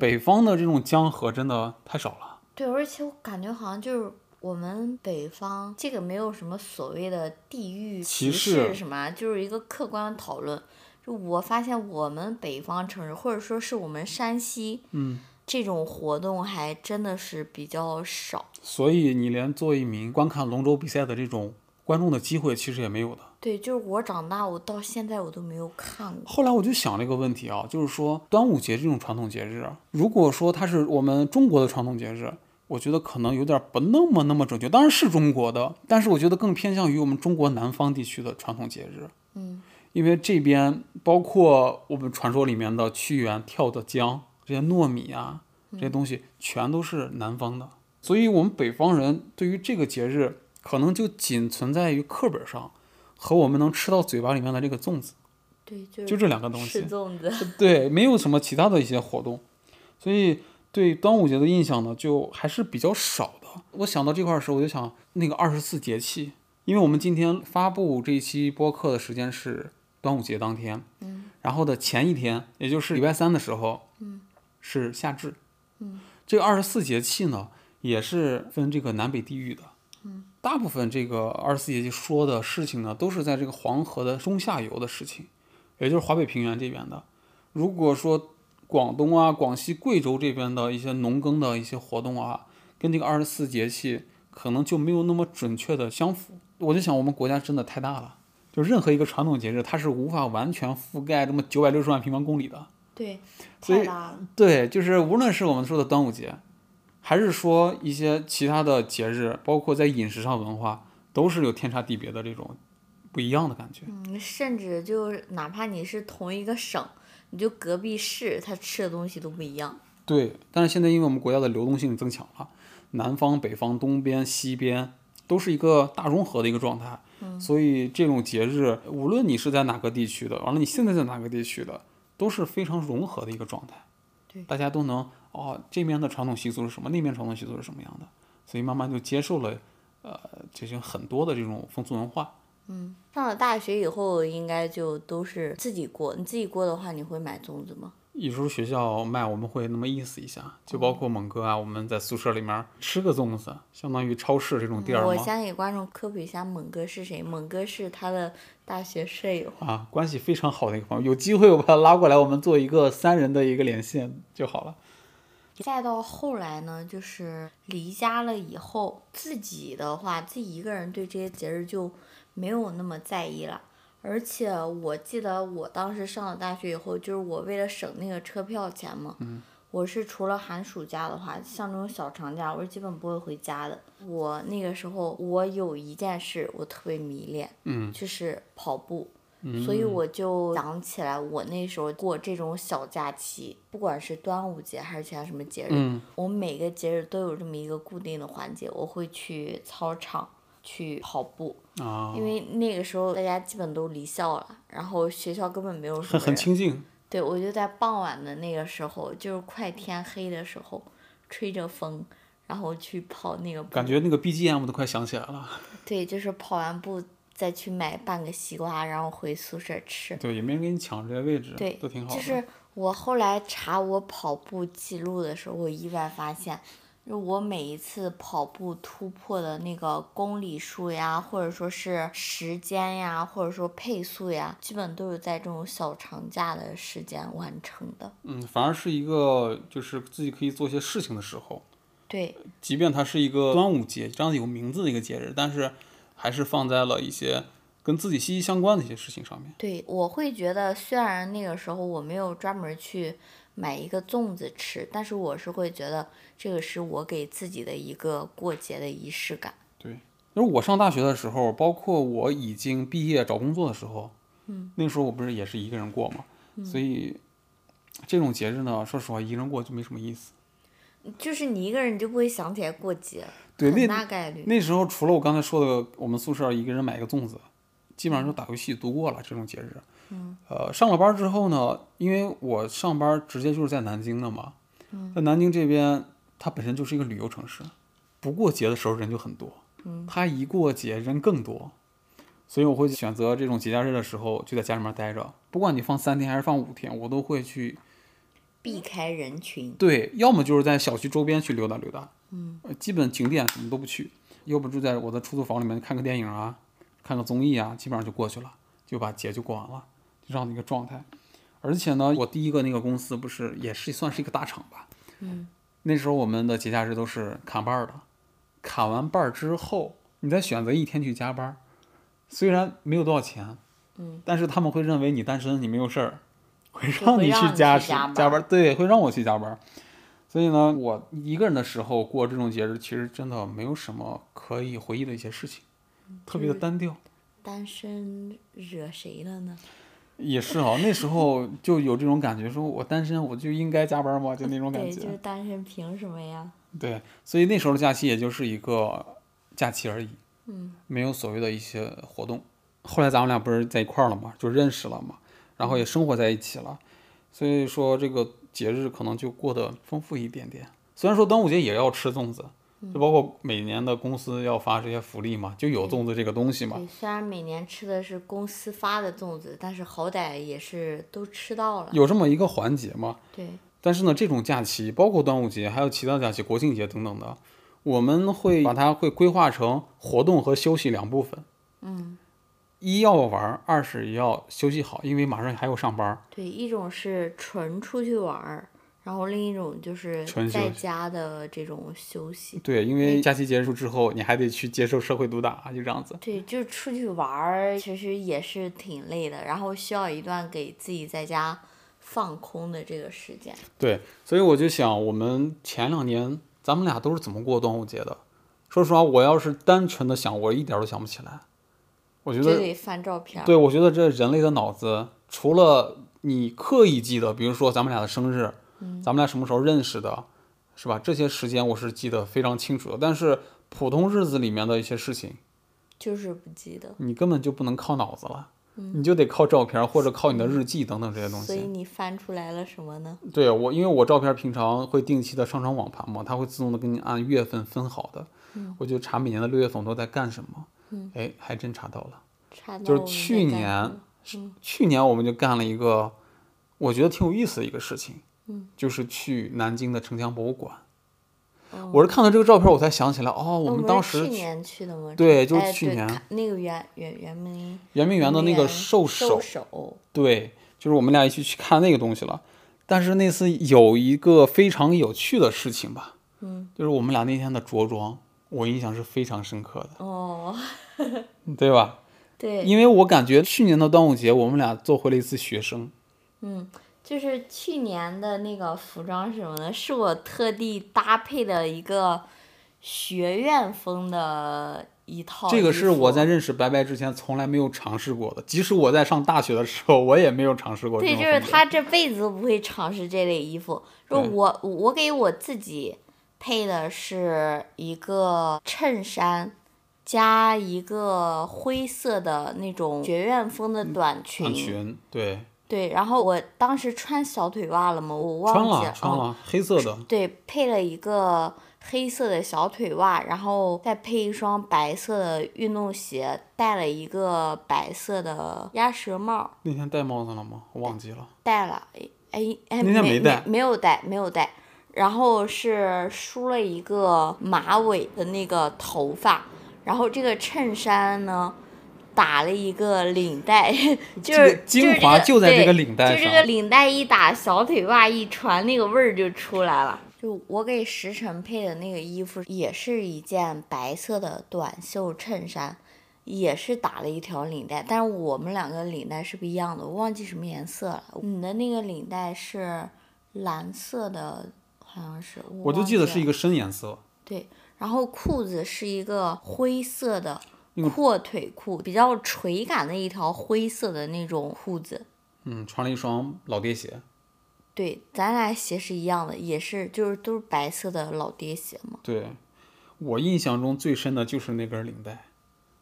[SPEAKER 1] 北方的这种江河真的太少了。
[SPEAKER 2] 对，而且我感觉好像就是我们北方这个没有什么所谓的地域
[SPEAKER 1] 歧
[SPEAKER 2] 歧
[SPEAKER 1] 视
[SPEAKER 2] 什么啊，就是一个客观的讨论。就我发现我们北方城市，或者说是我们山西，
[SPEAKER 1] 嗯，
[SPEAKER 2] 这种活动还真的是比较少。
[SPEAKER 1] 所以你连做一名观看龙舟比赛的这种观众的机会，其实也没有的。
[SPEAKER 2] 对，就是我长大，我到现在我都没有看过。
[SPEAKER 1] 后来我就想了一个问题啊，就是说端午节这种传统节日啊，如果说它是我们中国的传统节日，我觉得可能有点不那么那么准确。当然是中国的，但是我觉得更偏向于我们中国南方地区的传统节日。
[SPEAKER 2] 嗯，
[SPEAKER 1] 因为这边包括我们传说里面的屈原跳的江，这些糯米啊，这些东西全都是南方的，所以我们北方人对于这个节日可能就仅存在于课本上。和我们能吃到嘴巴里面的这个粽子，
[SPEAKER 2] 对，就是
[SPEAKER 1] 就这两个东西
[SPEAKER 2] 吃。粽子。
[SPEAKER 1] 对，没有什么其他的一些活动，所以对端午节的印象呢，就还是比较少的。我想到这块儿的时候，我就想那个二十四节气，因为我们今天发布这一期播客的时间是端午节当天，嗯，然后的前一天，也就是礼拜三的时候，嗯，是夏至，嗯，这二十四节气呢，也是分这个南北地域的，嗯，大部分这个二十四节气说的事情呢，都是在这个黄河的中下游的事情，也就是华北平原这边的。如果说广东啊、广西、贵州这边的一些农耕的一些活动啊，跟这个二十四节气可能就没有那么准确的相符。我就想，我们国家真的太大了，就任何一个传统节日，它是无法完全覆盖这么九百六十万平方公里的。
[SPEAKER 2] 对，
[SPEAKER 1] 所以
[SPEAKER 2] 太大了。
[SPEAKER 1] 对，就是无论是我们说的端午节，还是说一些其他的节日，包括在饮食上、文化，都是有天差地别的这种不一样的感觉。
[SPEAKER 2] 嗯，甚至就是哪怕你是同一个省，你就隔壁市，他吃的东西都不一样。
[SPEAKER 1] 对，但是现在因为我们国家的流动性增强了，南方、北方、东边、西边都是一个大融合的一个状态，
[SPEAKER 2] 嗯
[SPEAKER 1] 所以这种节日，无论你是在哪个地区的，完了你现在在哪个地区的，都是非常融合的一个状态。
[SPEAKER 2] 对
[SPEAKER 1] 大家都能哦，这面的传统习俗是什么，那面传统习俗是什么样的，所以慢慢就接受了，呃，这些很多的这种风俗文化。
[SPEAKER 2] 上了大学以后，应该就都是自己过。你自己过的话，你会买粽子吗？
[SPEAKER 1] 有时候学校卖我们会那么意思一下，就包
[SPEAKER 2] 嗯
[SPEAKER 1] 括猛哥啊，我们在宿舍里面吃个粽子，相当于超市这种地儿
[SPEAKER 2] 嗯我
[SPEAKER 1] 嘛
[SPEAKER 2] 先给观众科普一下猛哥是谁。猛哥是他的大学舍友。
[SPEAKER 1] 啊，关系非常好的一个朋友，有机会我把他拉过来，我们做一个三人的一个连线就好了。
[SPEAKER 2] 再到后来呢，就是离家了以后，自己的话，自己一个人对这些节日就没有那么在意了。而且我记得我当时上了大学以后，就是我为了省那个车票钱嘛，我是除了寒暑假的话，像这种小长假，我是基本不会回家的。我那个时候，我有一件事我特别迷恋，
[SPEAKER 1] 嗯
[SPEAKER 2] 就是跑步。所以我就想起来，我那时候过这种小假期，不管是端午节还是其他什么节日，
[SPEAKER 1] 嗯
[SPEAKER 2] 我每个节日都有这么一个固定的环节，我会去操场去跑步，
[SPEAKER 1] 啊，
[SPEAKER 2] 因为那个时候大家基本都离校了，然后学校根本没有
[SPEAKER 1] 很
[SPEAKER 2] 什么人
[SPEAKER 1] 很。清静，
[SPEAKER 2] 对，我就在傍晚的那个时候，就是快天黑的时候，吹着风，然后去跑那个步。
[SPEAKER 1] 感觉那个 BGM 都快想起来了。
[SPEAKER 2] 对，就是跑完步再去买半个西瓜，然后回宿舍吃。
[SPEAKER 1] 对，也没人给你抢这些位置，
[SPEAKER 2] 对，
[SPEAKER 1] 都挺好的。
[SPEAKER 2] 就是我后来查我跑步记录的时候，我意外发现，就我每一次跑步突破的那个公里数呀，或者说是时间呀，或者说配速呀，基本都是在这种小长假的时间完成的。
[SPEAKER 1] 嗯，反而是一个就是自己可以做一些事情的时候，
[SPEAKER 2] 对，
[SPEAKER 1] 即便它是一个端午节这样有名字的一个节日，但是还是放在了一些跟自己息息相关的一些事情上面。
[SPEAKER 2] 对，我会觉得虽然那个时候我没有专门去买一个粽子吃，但是我是会觉得这个是我给自己的一个过节的仪式感。
[SPEAKER 1] 对，就是我上大学的时候，包括我已经毕业找工作的时候，嗯，那个时候我不是也是一个人过嘛，所以这种节日呢，说实话，一个人过就没什么意思。
[SPEAKER 2] 就是你一个人，你就不会想起来过节，
[SPEAKER 1] 对，
[SPEAKER 2] 很
[SPEAKER 1] 那
[SPEAKER 2] 大概率。
[SPEAKER 1] 那时候除了我刚才说的，我们宿舍一个人买一个粽子，基本上就打游戏度过了这种节日。嗯，呃，上了班之后呢，因为我上班直接就是在南京的嘛，在南京这边，它本身就是一个旅游城市，不过节的时候人就很多，嗯，它一过节人更多，所以我会选择这种节假日的时候就在家里面待着，不管你放三天还是放五天，我都会去
[SPEAKER 2] 避开人群，
[SPEAKER 1] 对，要么就是在小区周边去溜达溜达，嗯，基本景点什么都不去，要不就在我的出租房里面看个电影啊，看个综艺啊，基本上就过去了，就把节就过完了，就这样的一个状态。而且呢，我第一个那个公司不是也是算是一个大厂吧，嗯，那时候我们的节假日都是砍班儿的，砍完班儿之后，你再选择一天去加班儿，虽然没有多少钱，嗯，但是他们会认为你单身，你没有事儿，会
[SPEAKER 2] 就
[SPEAKER 1] 让
[SPEAKER 2] 会
[SPEAKER 1] 你
[SPEAKER 2] 让你
[SPEAKER 1] 去
[SPEAKER 2] 去
[SPEAKER 1] 加时
[SPEAKER 2] 加班
[SPEAKER 1] 加班儿，对，会让我去加班儿。所以呢，我一个人的时候过这种节日，其实真的没有什么可以回忆的一些事情，特别的单
[SPEAKER 2] 嗯
[SPEAKER 1] 调。
[SPEAKER 2] 单身惹谁了呢？
[SPEAKER 1] 也是啊，那时候就有这种感觉，说我单身我就应该加班嘛，就那种感
[SPEAKER 2] 对，
[SPEAKER 1] 觉。啊
[SPEAKER 2] 就是单身凭什么呀？
[SPEAKER 1] 对，所以那时候的假期也就是一个假期而已，嗯，没有所谓的一些活动。后来咱们俩不是在一块儿了嘛，就认识了嘛，然后也生活在一起了，所以说这个节日可能就过得丰富一点点。虽然说端午节也要吃粽子，就包括每年的公司要发这些福利嘛，就有粽子这个东西嘛。
[SPEAKER 2] 对，虽然每年吃的是公司发的粽子，但是好歹也是都吃到了。
[SPEAKER 1] 有这么一个环节嘛。
[SPEAKER 2] 对，
[SPEAKER 1] 但是呢，这种假期包括端午节，还有其他假期、国庆节等等的，我们会把它会规划成活动和休息两部分。
[SPEAKER 2] 嗯，
[SPEAKER 1] 一要玩儿，二是要休息好，因为马上还要上班儿。
[SPEAKER 2] 对，一种是纯出去玩儿，然后另一种就是
[SPEAKER 1] 纯休
[SPEAKER 2] 在
[SPEAKER 1] 息
[SPEAKER 2] 家的这种休息。
[SPEAKER 1] 对，因为假期结束之后，你还得去接受社会毒打，啊就这样子。
[SPEAKER 2] 对，就是出去玩儿，其实也是挺累的，然后需要一段给自己在家放空的这个时间。
[SPEAKER 1] 对，所以我就想，我们前两年咱们俩都是怎么过端午节的？说实话，我要是单纯的想，我一点儿都想不起来。我觉
[SPEAKER 2] 就
[SPEAKER 1] 得
[SPEAKER 2] 得翻照片儿。
[SPEAKER 1] 对，我觉得这人类的脑子，除了你刻意记得，比如说咱们俩的生日，
[SPEAKER 2] 嗯
[SPEAKER 1] 咱们俩什么时候认识的，是吧？这些时间我是记得非常清楚的。但是普通日子里面的一些事情，
[SPEAKER 2] 就是不记得。
[SPEAKER 1] 你根本就不能靠脑子了，你就得靠照片或者靠你的日记等等这些东
[SPEAKER 2] 嗯所以
[SPEAKER 1] 西。
[SPEAKER 2] 你翻出来了什么呢？
[SPEAKER 1] 对我，因为我照片平常会定期的上传网盘嘛，它会自动的给你按月份分好的。
[SPEAKER 2] 嗯
[SPEAKER 1] 我就查每年的六月份我都在干什么。哎，还真查到了。
[SPEAKER 2] 查
[SPEAKER 1] 就
[SPEAKER 2] 到
[SPEAKER 1] 是
[SPEAKER 2] 我
[SPEAKER 1] 去
[SPEAKER 2] 们在干
[SPEAKER 1] 年
[SPEAKER 2] 什么
[SPEAKER 1] 去年我们就干了一个我觉得挺有意思的一个事情，嗯，就是去南京的城墙博物馆。我是看到这个照片，我才想起来，哦，
[SPEAKER 2] 那
[SPEAKER 1] 我
[SPEAKER 2] 哦我
[SPEAKER 1] 们
[SPEAKER 2] 是
[SPEAKER 1] 当时
[SPEAKER 2] 去年去的吗？
[SPEAKER 1] 对
[SPEAKER 2] 这
[SPEAKER 1] 就是
[SPEAKER 2] 哎
[SPEAKER 1] 去
[SPEAKER 2] 对
[SPEAKER 1] 年
[SPEAKER 2] 看那个圆圆圆明
[SPEAKER 1] 圆明园的那个
[SPEAKER 2] 园
[SPEAKER 1] 兽首
[SPEAKER 2] 兽，首，
[SPEAKER 1] 对，就是我们俩一起去看那个东西了。但是那次有一个非常有趣的事情吧，嗯，就是我们俩那天的着装，我印象是非常深刻的，
[SPEAKER 2] 哦，
[SPEAKER 1] 对吧？
[SPEAKER 2] 对，
[SPEAKER 1] 因为我感觉去年的端午节，我们俩做回了一次学生，
[SPEAKER 2] 就是去年的那个服装什么的，是我特地搭配的一个学院风的一套。
[SPEAKER 1] 这个是我在。认识白白之前从来没有尝试过的，即使我在上大学的时候，我也没有尝试过这
[SPEAKER 2] 对，
[SPEAKER 1] 种
[SPEAKER 2] 就
[SPEAKER 1] 风
[SPEAKER 2] 是
[SPEAKER 1] 格。
[SPEAKER 2] 他这辈子都不会尝试这类衣服。就
[SPEAKER 1] 对
[SPEAKER 2] 我，我给我自己配的是一个衬衫，加一个灰色的那种学院风的短
[SPEAKER 1] 嗯
[SPEAKER 2] 裙。
[SPEAKER 1] 短裙，对，
[SPEAKER 2] 对，然后我当时穿小腿袜了吗？我忘
[SPEAKER 1] 穿
[SPEAKER 2] 记
[SPEAKER 1] 了穿
[SPEAKER 2] 哦
[SPEAKER 1] 了，黑色的，
[SPEAKER 2] 对，配了一个黑色的小腿袜，然后再配一双白色的运动鞋，戴了一个白色的鸭舌帽。
[SPEAKER 1] 那天戴帽子了吗？我忘记了。
[SPEAKER 2] 戴了，哎哎哎，
[SPEAKER 1] 那天没
[SPEAKER 2] 没
[SPEAKER 1] 戴
[SPEAKER 2] 没有戴，没有戴。然后是梳了一个马尾的那个头发，然后这个衬衫呢，打了一个领带， 就
[SPEAKER 1] 这个
[SPEAKER 2] 是
[SPEAKER 1] 精华就在这
[SPEAKER 2] 这
[SPEAKER 1] 个领带
[SPEAKER 2] 就这
[SPEAKER 1] 上
[SPEAKER 2] 个领带一打，小腿袜一穿，那个味儿就出来了。就我给石晨配的那个衣服，也是一件白色的短袖衬衫，也是打了一条领带，但是我们两个领带是不一样的，我忘记什么颜色了。你的那个领带是蓝色的，好像是，我
[SPEAKER 1] 我就记得是一个
[SPEAKER 2] 个
[SPEAKER 1] 深颜色，
[SPEAKER 2] 对，然后裤子是一个灰色的
[SPEAKER 1] 嗯
[SPEAKER 2] 阔腿裤，比较垂感的一条灰色的那种裤子。
[SPEAKER 1] 嗯，穿了一双老爹鞋，
[SPEAKER 2] 对，咱俩鞋是一样的，也是就是都是白色的老爹鞋嘛。
[SPEAKER 1] 对。我印象中最深的就是那根领带，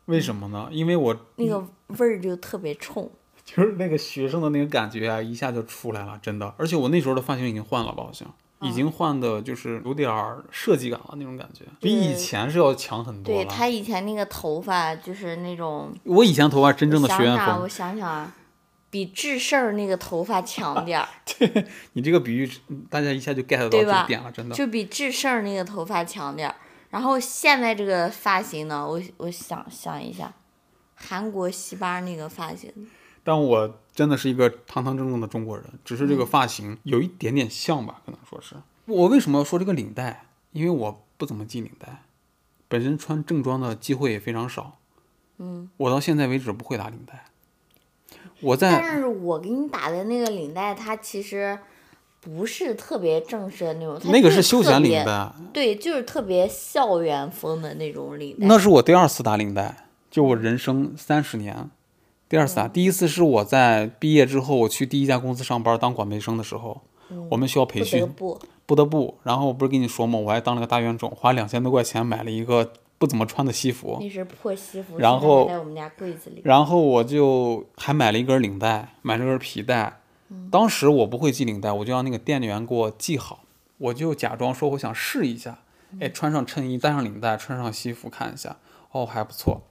[SPEAKER 1] 为什么呢？因为我
[SPEAKER 2] 那个
[SPEAKER 1] 嗯
[SPEAKER 2] 味儿就特别冲，
[SPEAKER 1] 就是那个学生的那个感觉啊，一下就出来了，真的。而且我那时候的发型已经换了吧，好像
[SPEAKER 2] 嗯
[SPEAKER 1] 已经换的就是有点儿设计感了那种感觉，比以前是要强很多
[SPEAKER 2] 对
[SPEAKER 1] 了。
[SPEAKER 2] 他以前那个头发就是那种，
[SPEAKER 1] 我以前头发真正的学
[SPEAKER 2] 想
[SPEAKER 1] 院
[SPEAKER 2] 想我
[SPEAKER 1] 风，
[SPEAKER 2] 想想啊，比智胜儿那个头发强 点儿，
[SPEAKER 1] 你这个比喻嗯大家一下就 get 到
[SPEAKER 2] 对
[SPEAKER 1] 这
[SPEAKER 2] 吧
[SPEAKER 1] 个点了，真的。
[SPEAKER 2] 就比智胜儿那个头发强点儿。然后现在这个发型呢，我我想想一下，韩国西巴那个发型，
[SPEAKER 1] 但我真的是一个堂堂正正的中国人，只是这个发型有一点点像吧，可能说是。我为什么要说这个领带？因为我不怎么系领带，本身穿正装的机会也非常少。嗯，我到现在为止不会打领带。我在
[SPEAKER 2] 但是我给你打的那个领带，它其实不是特别正式的那种，它
[SPEAKER 1] 那个
[SPEAKER 2] 就是
[SPEAKER 1] 休
[SPEAKER 2] 特
[SPEAKER 1] 闲
[SPEAKER 2] 别
[SPEAKER 1] 领带，
[SPEAKER 2] 对，就是特别校园风的那种领带。
[SPEAKER 1] 那是我第二次打领带，就我人生三十年第二次打。第一次是我在毕业之后，我去第一家公司上班当管培生的时候，我们需要培
[SPEAKER 2] 不得
[SPEAKER 1] 训，哦
[SPEAKER 2] 不，
[SPEAKER 1] 不得不。然后我不是跟你说吗？我还当了个大冤种，花两千多块钱买了一个不怎么穿的西服，
[SPEAKER 2] 那是破西服，
[SPEAKER 1] 然
[SPEAKER 2] 现在还
[SPEAKER 1] 后
[SPEAKER 2] 在我们家柜子里。
[SPEAKER 1] 然后我就还买了一根领带，买了根皮带，当时我不会系领带，我就让那个店员给我系好，我就假装说我想试一下，哎，穿上衬衣，戴上领带，穿上西服看一下，哦，还不错。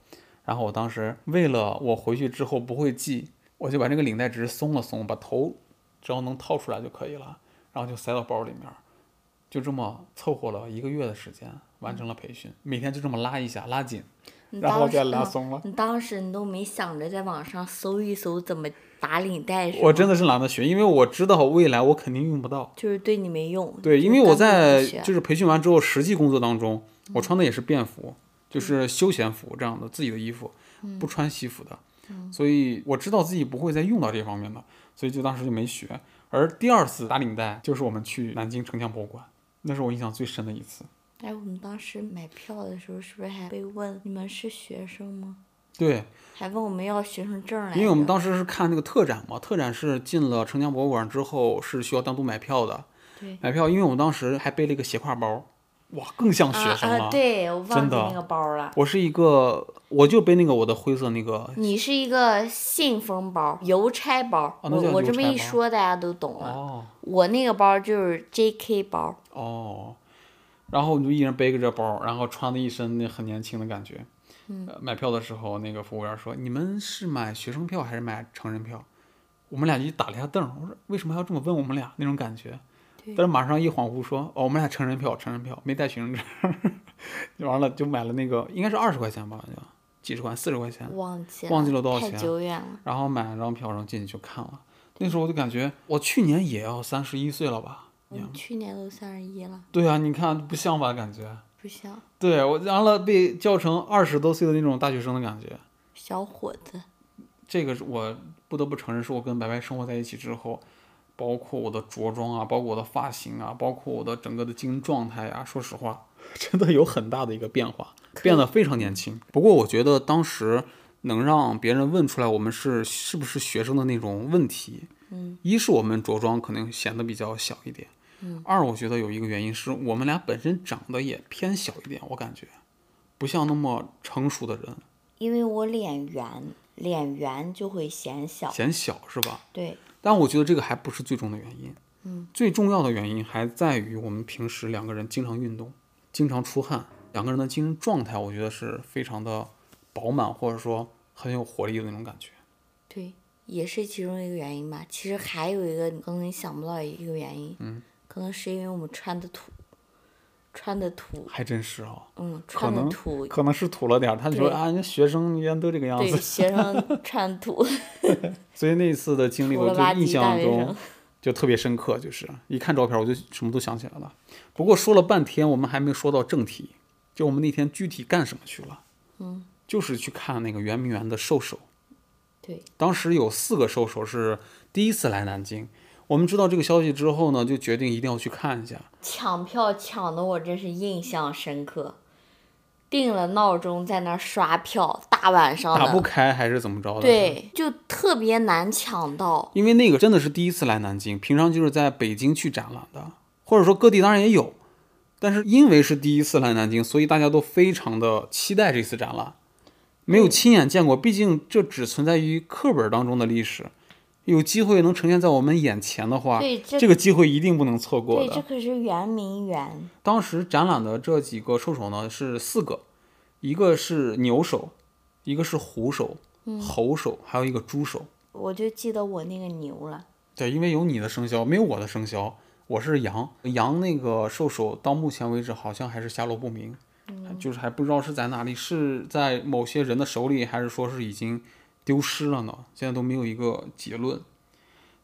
[SPEAKER 1] 然后我当时为了我回去之后不会系，我就把这个领带只是松了松，把头只要能套出来就可以了，然后就塞到包里面，就这么凑合了一个月的时间，完成了培训，每天就这么拉一下，拉紧，
[SPEAKER 2] 你
[SPEAKER 1] 然后
[SPEAKER 2] 当时
[SPEAKER 1] 再拉
[SPEAKER 2] 啊
[SPEAKER 1] 松了。
[SPEAKER 2] 你当时你都没想着在网上搜一搜怎么打领带是吗？
[SPEAKER 1] 我真的是懒得学，因为我知道未来我肯定用不到。
[SPEAKER 2] 就是对你没用。
[SPEAKER 1] 对，
[SPEAKER 2] 就
[SPEAKER 1] 因为我
[SPEAKER 2] 当做
[SPEAKER 1] 在
[SPEAKER 2] 学啊嗯
[SPEAKER 1] 就是培训完之后，实际工作当中，我穿的也是便服，就是休闲服这样的自己的衣服，
[SPEAKER 2] 嗯
[SPEAKER 1] 不穿西服的，所以我知道自己不会再用到这方面的，所以就当时就没学。而第二次打领带就是我们去南京城墙博物馆，那是我印象最深的一次。
[SPEAKER 2] 哎，我们当时买票的时候，是不是还被问你们是学生吗？
[SPEAKER 1] 对，
[SPEAKER 2] 还问我们要学生证来着。
[SPEAKER 1] 因为我们当时是看那个特展嘛，特展是进了城墙博物馆之后是需要单独买票的，
[SPEAKER 2] 对
[SPEAKER 1] 买票，因为我们当时还背了一个斜挎包，哇，更像学生了。
[SPEAKER 2] 啊啊，对我忘
[SPEAKER 1] 真
[SPEAKER 2] 记
[SPEAKER 1] 的
[SPEAKER 2] 那个包了。
[SPEAKER 1] 我是一个，我就背那个我的灰色那个
[SPEAKER 2] 你是一个信封包、邮差包，
[SPEAKER 1] 哦那
[SPEAKER 2] 我
[SPEAKER 1] 叫
[SPEAKER 2] 我
[SPEAKER 1] 邮
[SPEAKER 2] 这么
[SPEAKER 1] 差
[SPEAKER 2] 一
[SPEAKER 1] 包
[SPEAKER 2] 说，大家都懂了。
[SPEAKER 1] 哦
[SPEAKER 2] 我那个包就是 J.K. 包，
[SPEAKER 1] 哦，然后我们就一人背个这包，然后穿的一身那很年轻的感觉。嗯、买票的时候，那个服务员说：“你们是买学生票还是买成人票？”我们俩就打了一下瞪，我说：“为什么还要这么问我们俩？”那种感觉。但是马上一恍惚说：“哦，我们俩成人票，成人票没带学生证。” 完了就买了那个，应该是二十块钱吧，就几十块，四十块钱。
[SPEAKER 2] 忘记
[SPEAKER 1] 忘记了多少
[SPEAKER 2] 太
[SPEAKER 1] 钱
[SPEAKER 2] 久远了。
[SPEAKER 1] 然后买了张票，然后进去就看了。那时候我就感觉，我去年也要三十一岁了吧？
[SPEAKER 2] 我们去年都三十一了，
[SPEAKER 1] 对啊，你看不像吧？感觉，
[SPEAKER 2] 不像
[SPEAKER 1] 对我完了被叫成二十多岁的那种大学生的感觉。
[SPEAKER 2] 小伙子。
[SPEAKER 1] 这个是我不得不承认，是我跟白白生活在一起之后，包括我的着装啊，包括我的发型啊，包括我的整个的精神状态啊，说实话，真的有很大的一个变化，变得非常年轻。不过我觉得当时能让别人问出来我们是是不是学生的那种问题，嗯，一是我们着装可能显得比较小一点。二，我觉得有一个原因是我们俩本身长得也偏小一点，我感觉不像那么成熟的人，
[SPEAKER 2] 因为我脸圆，脸圆就会显小。
[SPEAKER 1] 显小是吧？
[SPEAKER 2] 对，
[SPEAKER 1] 但我觉得这个还不是最终的原因。嗯，最重要的原因还在于我们平时两个人经常运动，经常出汗，两个人的精神状态，我觉得是非常的饱满，或者说很有活力的那种感觉。
[SPEAKER 2] 对，也是其中一个原因吧。其实还有一个可能你想不到一个原因，
[SPEAKER 1] 嗯
[SPEAKER 2] 可能是因为我们穿的土，穿的土，
[SPEAKER 1] 还真是哦，
[SPEAKER 2] 嗯，
[SPEAKER 1] 可
[SPEAKER 2] 穿的
[SPEAKER 1] 能
[SPEAKER 2] 土，
[SPEAKER 1] 可能是土了点儿。他就说
[SPEAKER 2] 对
[SPEAKER 1] 啊，人家学生一般都这个样
[SPEAKER 2] 对，
[SPEAKER 1] 子。
[SPEAKER 2] 学生穿土，
[SPEAKER 1] 所以那次的经历，
[SPEAKER 2] 除
[SPEAKER 1] 我
[SPEAKER 2] 了
[SPEAKER 1] 就
[SPEAKER 2] 垃
[SPEAKER 1] 印
[SPEAKER 2] 圾大
[SPEAKER 1] 象
[SPEAKER 2] 学
[SPEAKER 1] 中
[SPEAKER 2] 生。
[SPEAKER 1] 就特别深刻，就是一看照片我就什么都想起来了。不过说了半天，我们还没说到正题，就我们那天具体干什么去了？嗯，就是去看那个圆明园的兽首。
[SPEAKER 2] 对，
[SPEAKER 1] 当时有四个兽首是第一次来南京，我们知道这个消息之后呢，就决定一定要去看一下。
[SPEAKER 2] 抢票抢的我真是印象深刻。定了闹钟在那儿刷票，大晚上
[SPEAKER 1] 打不
[SPEAKER 2] 的，
[SPEAKER 1] 开还是怎么着的？，
[SPEAKER 2] 对，就特别难抢到。
[SPEAKER 1] 因为那个真的是第一次来南京，平常就是在北京去展览的，或者说各地当然也有，但是因为是第一次来南京，所以大家都非常的期待这次展览，没有亲眼见过，毕竟这只存在于课本当中的历史。有机会能呈现在我们眼前的话，
[SPEAKER 2] 对这
[SPEAKER 1] 这个机会一定不能错过
[SPEAKER 2] 对，
[SPEAKER 1] 的。
[SPEAKER 2] 这可是圆明园，
[SPEAKER 1] 当时展览的这几个兽首呢是四个，一个是牛首，一个是虎首、猴首，还有一个猪首。
[SPEAKER 2] 我就记得我那个牛了。
[SPEAKER 1] 对，因为有你的生肖，没有我的生肖，我是羊。羊那个兽首到目前为止好像还是下落不明，就是还不知道是在哪里，是在某些人的手里，还是说是已经丢失了呢？现在都没有一个结论。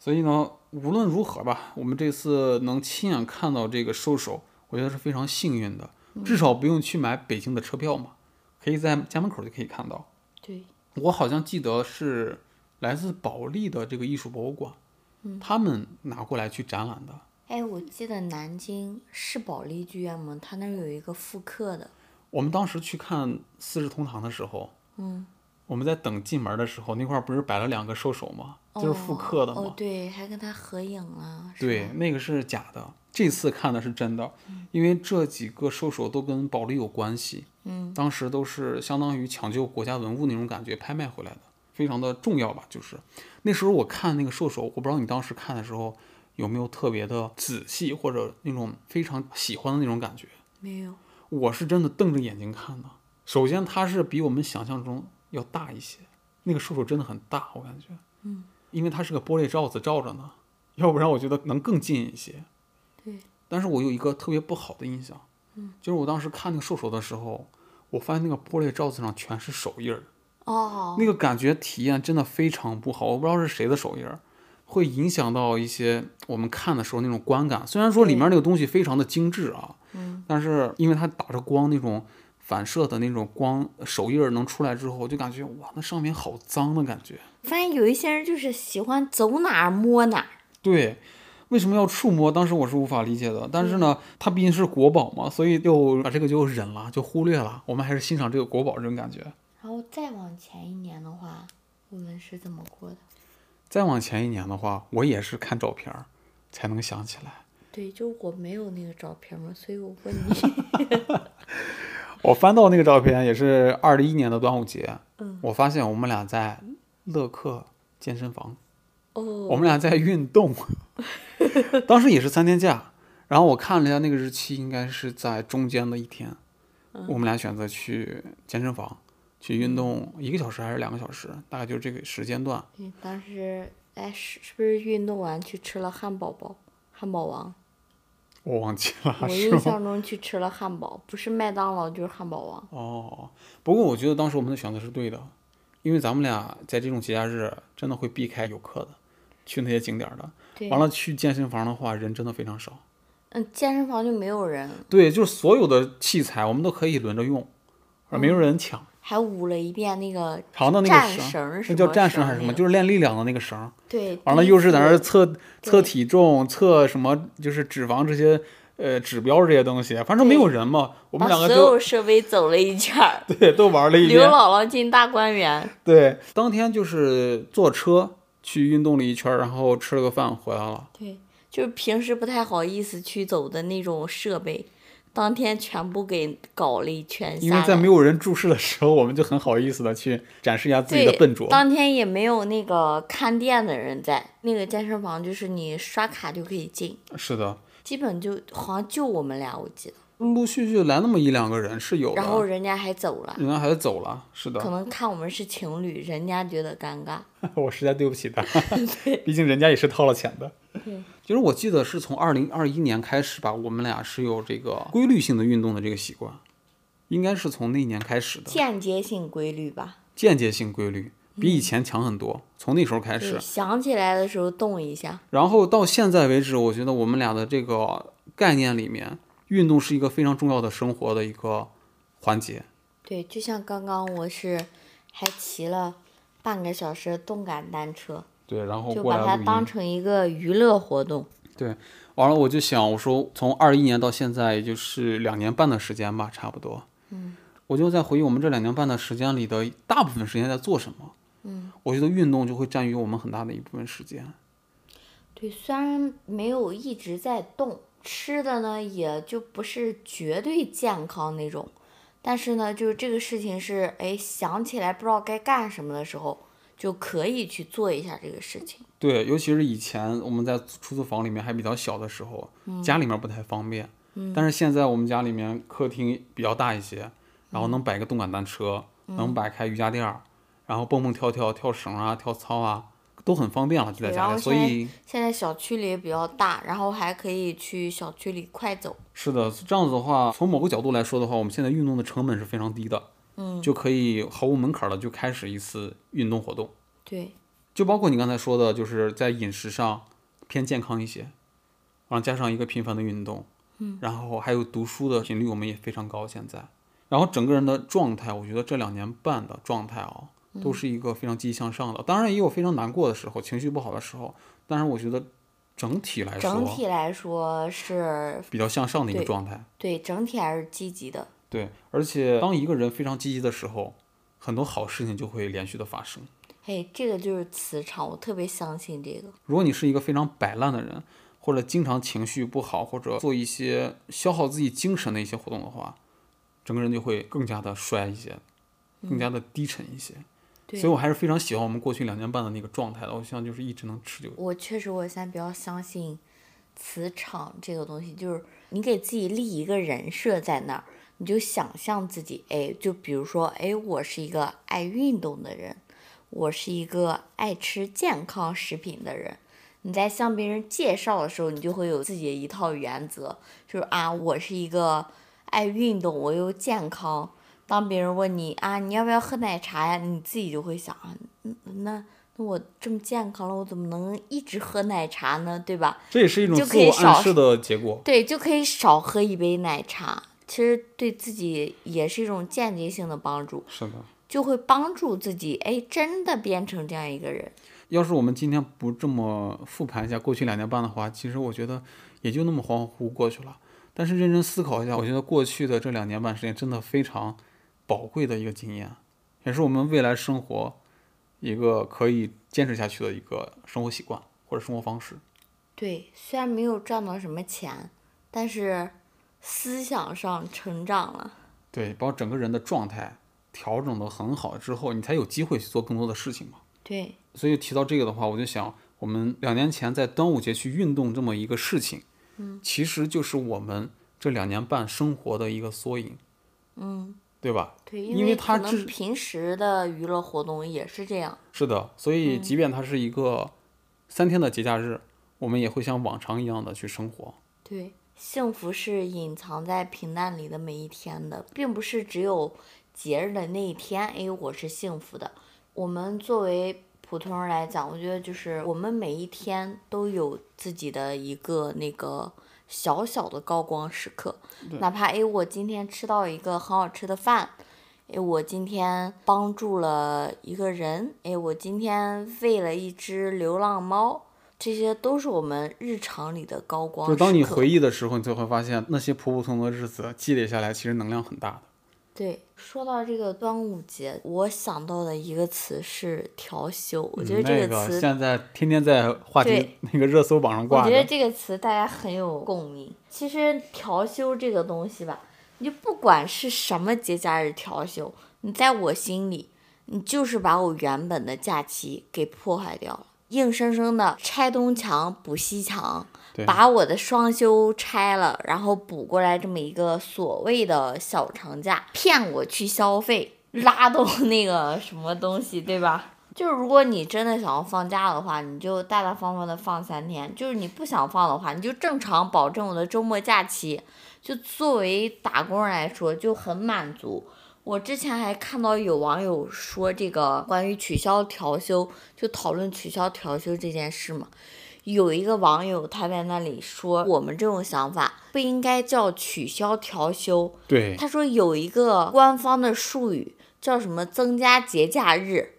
[SPEAKER 1] 所以呢，无论如何吧，我们这次能亲眼看到这个兽首，我觉得是非常幸运的，至少不用去买北京的车票嘛，可以在家门口就可以看到。
[SPEAKER 2] 对，
[SPEAKER 1] 我好像记得是来自保利的这个艺术博物馆，
[SPEAKER 2] 嗯
[SPEAKER 1] 他们拿过来去展览的。
[SPEAKER 2] 哎，我记得南京市保利剧院嘛，它那儿有一个复刻的，
[SPEAKER 1] 我们当时去看《四世同堂》的时候，
[SPEAKER 2] 嗯
[SPEAKER 1] 我们在等进门的时候，那块儿不是摆了两个兽首吗？就是复刻的嘛。
[SPEAKER 2] 哦。哦，对，还跟他合影啊了。是
[SPEAKER 1] 对
[SPEAKER 2] 吧，，
[SPEAKER 1] 那个是假的，这次看的是真的，因为这几个兽首都跟保利有关系，嗯，当时都是相当于抢救国家文物那种感觉拍卖回来的，非非常的重要吧。就是那时候我看那个射手，我不知道你当时看的时候有没有特别的仔细或者那种非常喜欢的那种感觉。
[SPEAKER 2] 没有，
[SPEAKER 1] 我是真的瞪着眼睛看的。首先，它是比我们想象中要大一些，那个射手真的很大，我感觉，
[SPEAKER 2] 嗯，
[SPEAKER 1] 因为它是个玻璃罩子罩着呢，要不然我觉得能更近一些。
[SPEAKER 2] 对，
[SPEAKER 1] 但是我有一个特别不好的印象，
[SPEAKER 2] 嗯，
[SPEAKER 1] 就是我当时看那个兽手的时候，我发现那个玻璃罩子上全是手印儿，
[SPEAKER 2] 哦，
[SPEAKER 1] 那个感觉体验真的非常不好。我不知道是谁的手印儿，会影响到一些我们看的时候那种观感。虽然说里面那个东西非常的精致啊，
[SPEAKER 2] 嗯，
[SPEAKER 1] 但是因为它打着光那种反射的那种光手印儿能出来之后，就感觉哇，那上面好脏的感觉。
[SPEAKER 2] 发现有一些人就是喜欢走哪儿摸哪儿，
[SPEAKER 1] 对，为什么要触摸？当时我是无法理解的。但是呢，它毕竟是国宝嘛，所以就把这个就忍了，就忽略了。我们还是欣赏这个国宝这种感觉。
[SPEAKER 2] 然后再往前一年的话，我们是怎么过的？
[SPEAKER 1] 再往前一年的话，我也是看照片儿才能想起来。
[SPEAKER 2] 对，就是我没有那个照片嘛，所以我问 你，
[SPEAKER 1] 我翻到那个照片，也是二零一年的端午节。
[SPEAKER 2] 嗯，
[SPEAKER 1] 我发现我们俩在乐客健身房，我
[SPEAKER 2] 哦，
[SPEAKER 1] 们俩在运 动。当时也是三天假，然后我看了一下那个日期，应该是在中间的一天。
[SPEAKER 2] 嗯
[SPEAKER 1] 我们俩选择去健身房去运动一个小时还是两个小时，大概就是这个时间段。
[SPEAKER 2] 你当时哎是是不是运动完去吃了汉堡包？汉堡王，
[SPEAKER 1] 我忘记了
[SPEAKER 2] 我
[SPEAKER 1] 啊是
[SPEAKER 2] 印
[SPEAKER 1] 吗？
[SPEAKER 2] 象中去吃了汉堡，不是麦当劳就是汉堡王。
[SPEAKER 1] 哦，不过我觉得当时我们的选择是对的，因为咱们俩在这种节假日真的会避开游客的，去那些景点儿的。
[SPEAKER 2] 对，
[SPEAKER 1] 完了，去健身房的话，人真的非常少。
[SPEAKER 2] 嗯，健身房就没有人，
[SPEAKER 1] 对，就是所有的器材我们都可以轮着用，而没有人抢。
[SPEAKER 2] 还舞了一遍那个
[SPEAKER 1] 长的那
[SPEAKER 2] 战
[SPEAKER 1] 个绳
[SPEAKER 2] 绳儿
[SPEAKER 1] 儿，
[SPEAKER 2] 嗯什
[SPEAKER 1] 那
[SPEAKER 2] 么
[SPEAKER 1] 叫战绳
[SPEAKER 2] 绳
[SPEAKER 1] 还
[SPEAKER 2] 儿
[SPEAKER 1] 是什
[SPEAKER 2] 那
[SPEAKER 1] 么？
[SPEAKER 2] 个
[SPEAKER 1] 就是练力量的那个绳儿。
[SPEAKER 2] 对，
[SPEAKER 1] 完了，
[SPEAKER 2] 第一
[SPEAKER 1] 又是在那
[SPEAKER 2] 次
[SPEAKER 1] 儿测测
[SPEAKER 2] 对
[SPEAKER 1] 体重、测什么，就是脂肪这些呃指标这些东西。反正没有人嘛，我们
[SPEAKER 2] 把
[SPEAKER 1] 两个
[SPEAKER 2] 所
[SPEAKER 1] 就，
[SPEAKER 2] 有设备走了一圈儿
[SPEAKER 1] 对都玩了 一
[SPEAKER 2] 刘
[SPEAKER 1] 遍。
[SPEAKER 2] 姥姥进大观园。
[SPEAKER 1] 对，当天就是坐车去运动了一圈儿，然后吃了个饭回来了。
[SPEAKER 2] 对，就是平时不太好意思去走的那种设备，当天全部给搞了一圈
[SPEAKER 1] 因
[SPEAKER 2] 下
[SPEAKER 1] 为
[SPEAKER 2] 来。
[SPEAKER 1] 在没有人注视的时候，我们就很好意思的去展示一下自己的
[SPEAKER 2] 对
[SPEAKER 1] 笨拙。
[SPEAKER 2] 当天也没有那个看店的人在，那个健身房就是你刷卡就可以进，
[SPEAKER 1] 是的，
[SPEAKER 2] 基本就好像就我们俩，我记得。
[SPEAKER 1] 陆陆续续来那么一两个人是有
[SPEAKER 2] 然后
[SPEAKER 1] 的，
[SPEAKER 2] 人家还走了，
[SPEAKER 1] 人家还走了。啊是的
[SPEAKER 2] 可，能看我们是情侣，人家觉得尴尬。
[SPEAKER 1] 我实在对不起 他，毕竟人家也是掏了钱的。
[SPEAKER 2] 对，
[SPEAKER 1] 其实我记得是从二零二一年开始吧，我们俩是有这个规律性的运动的这个习惯，应该是从那年开始的，
[SPEAKER 2] 间接性规律吧。
[SPEAKER 1] 间接性规律比以前强很多，从那时候开
[SPEAKER 2] 对，
[SPEAKER 1] 始，
[SPEAKER 2] 想起来的时候动一下。
[SPEAKER 1] 然后到现在为止，我觉得我们俩的这个概念里面，运动是一个非常重要的生活的一个环节。
[SPEAKER 2] 对，就像刚刚我是还骑了半个小时的动感单车，
[SPEAKER 1] 对，然后
[SPEAKER 2] 就
[SPEAKER 1] 过
[SPEAKER 2] 把
[SPEAKER 1] 来
[SPEAKER 2] 它
[SPEAKER 1] 录音。
[SPEAKER 2] 当成一个娱乐活动。
[SPEAKER 1] 对，完了我就想，我说从二一年到现在，也就是两年半的时间吧，差不多。
[SPEAKER 2] 嗯，
[SPEAKER 1] 我就在回忆我们这两年半的时间里的大部分时间在做什么。
[SPEAKER 2] 嗯，
[SPEAKER 1] 我觉得运动就会占据我们很大的一部分时间。
[SPEAKER 2] 对，虽然没有一直在动，吃的呢也就不是绝对健康那种，但是呢，就是这个事情是，哎，想起来不知道该干什么的时候，就可以去做一下这个事情。
[SPEAKER 1] 对，尤其是以前我们在出租房里面还比较小的时候，
[SPEAKER 2] 嗯
[SPEAKER 1] 家里面不太方便。但是现在我们家里面客厅比较大一些，然后能摆个动感单车，
[SPEAKER 2] 嗯
[SPEAKER 1] 能摆开瑜伽垫儿，然后蹦蹦跳跳、跳绳啊、跳操啊，都很方便了，就在
[SPEAKER 2] 对
[SPEAKER 1] 家
[SPEAKER 2] 然
[SPEAKER 1] 里。
[SPEAKER 2] 后
[SPEAKER 1] 所
[SPEAKER 2] 现在
[SPEAKER 1] 以
[SPEAKER 2] 现在小区里也比较大，然后还可以去小区里快走。
[SPEAKER 1] 是的，这样子的话，从某个角度来说的话，我们现在运动的成本是非常低的，
[SPEAKER 2] 嗯，
[SPEAKER 1] 就可以毫无门槛的就开始一次运动活动。
[SPEAKER 2] 对，
[SPEAKER 1] 就包括你刚才说的，就是在饮食上偏健康一些，然后加上一个频繁的运动，嗯，然后还有读书的频率，我们也非常高现在。然后整个人的状态，我觉得这两年半的状态啊，
[SPEAKER 2] 嗯
[SPEAKER 1] 都是一个非常积极向上的。当然也有非常难过的时候，情绪不好的时候，但是我觉得整体来
[SPEAKER 2] 整
[SPEAKER 1] 说
[SPEAKER 2] 体来说是
[SPEAKER 1] 比较向上的一个状态。
[SPEAKER 2] 对，整体还是积极的。
[SPEAKER 1] 对，而且当一个人非常积极的时候，很多好事情就会连续的发生。
[SPEAKER 2] 嘿，这个就是磁场，我特别相信这个。
[SPEAKER 1] 如果你是一个非常摆烂的人，或者经常情绪不好，或者做一些消耗自己精神的一些活动
[SPEAKER 2] 嗯
[SPEAKER 1] 的话，整个人就会更加的衰一些，更加的低沉一些。所以我还是非常喜欢我们过去两年半的那个状态的。我希望就是一直能持久。
[SPEAKER 2] 我确实，我现在比较相信磁场这个东西，就是你给自己立一个人设在那儿，你就想象自己，哎，就比如说，哎，我是一个爱运动的人，我是一个爱吃健康食品的人。你在向别人介绍的时候，你就会有自己的一套原则，就是啊，我是一个爱运动，我又健康。当别人问你啊，你要不要喝奶茶呀？你自己就会想啊，嗯那那我这么健康了，我怎么能一直喝奶茶呢？对吧？
[SPEAKER 1] 这也是一种
[SPEAKER 2] 就
[SPEAKER 1] 自
[SPEAKER 2] 可以
[SPEAKER 1] 我暗
[SPEAKER 2] 少
[SPEAKER 1] 示的结果。
[SPEAKER 2] 对，就可以少喝一杯奶茶。其实对自己也是一种间接性的帮助，
[SPEAKER 1] 是的。
[SPEAKER 2] 就会帮助自己，哎，真的变成这样一个人。
[SPEAKER 1] 要是我们今天不这么复盘一下过去两年半的话，其实我觉得也就那么恍恍惚惚过去了。但是认真思考一下，我觉得过去的这两年半时间真的非常宝贵的一个经验，也是我们未来生活一个可以坚持下去的一个生活习惯或者生活方式。
[SPEAKER 2] 对，虽然没有赚到什么钱，但是思想上成长了。
[SPEAKER 1] 对，把整个人的状态调整得很好之后，你才有机会去做更多的事情嘛。
[SPEAKER 2] 对，
[SPEAKER 1] 所以提到这个的话，我就想，我们两年前在端午节去运动这么一个事情，嗯，其实就是我们这两年半生活的一个缩影，嗯，对吧？
[SPEAKER 2] 对，
[SPEAKER 1] 因为
[SPEAKER 2] 为
[SPEAKER 1] 它
[SPEAKER 2] 可
[SPEAKER 1] 之
[SPEAKER 2] 能平时的娱乐活动也是这样。
[SPEAKER 1] 是的，所以
[SPEAKER 2] 嗯
[SPEAKER 1] 即便它是一个三天的节假日，我们也会像往常一样的去生活。
[SPEAKER 2] 对，幸福是隐藏在平淡里的每一天的，并不是只有节日的那一天，哎，我是幸福的。我们作为普通人来讲，我觉得就是我们每一天都有自己的一个那个小小的高光时刻，哪怕哎，我今天吃到一个很好吃的饭。哎，我今天帮助了一个人，哎，我今天喂了一只流浪猫，这些都是我们日常里的高光
[SPEAKER 1] 就是
[SPEAKER 2] 时刻。
[SPEAKER 1] 当你回忆的时候，你就会发现那些普普通通的日子积累下来，其实能量很大的。
[SPEAKER 2] 对，说到这个端午节，我想到的一个词是调休。我觉得
[SPEAKER 1] 嗯那
[SPEAKER 2] 这
[SPEAKER 1] 个
[SPEAKER 2] 词，
[SPEAKER 1] 现在天天在话题
[SPEAKER 2] 对
[SPEAKER 1] 那个热搜榜上
[SPEAKER 2] 我
[SPEAKER 1] 挂
[SPEAKER 2] 觉得
[SPEAKER 1] 着，
[SPEAKER 2] 这个词大家很有共鸣。其实调休这个东西吧，你就不管是什么节假日调休，你在我心里，你就是把我原本的假期给破坏掉了，硬生生的拆东墙补西墙，
[SPEAKER 1] 对
[SPEAKER 2] 把我的双休拆了，然后补过来这么一个所谓的小长假，骗我去消费，拉动那个什么东西，对吧？就是如果你真的想要放假的话，你就大大方方的放三天；就是你不想放的话，你就正常保证我的周末假期。就作为打工人来说，就很满足。我之前还看到有网友说这个关于取消调休，就讨论取消调休这件事嘛。有一个网友他在那里说，我们这种想法不应该叫取消调休。
[SPEAKER 1] 对，
[SPEAKER 2] 他说有一个官方的术语叫什么增加节假日，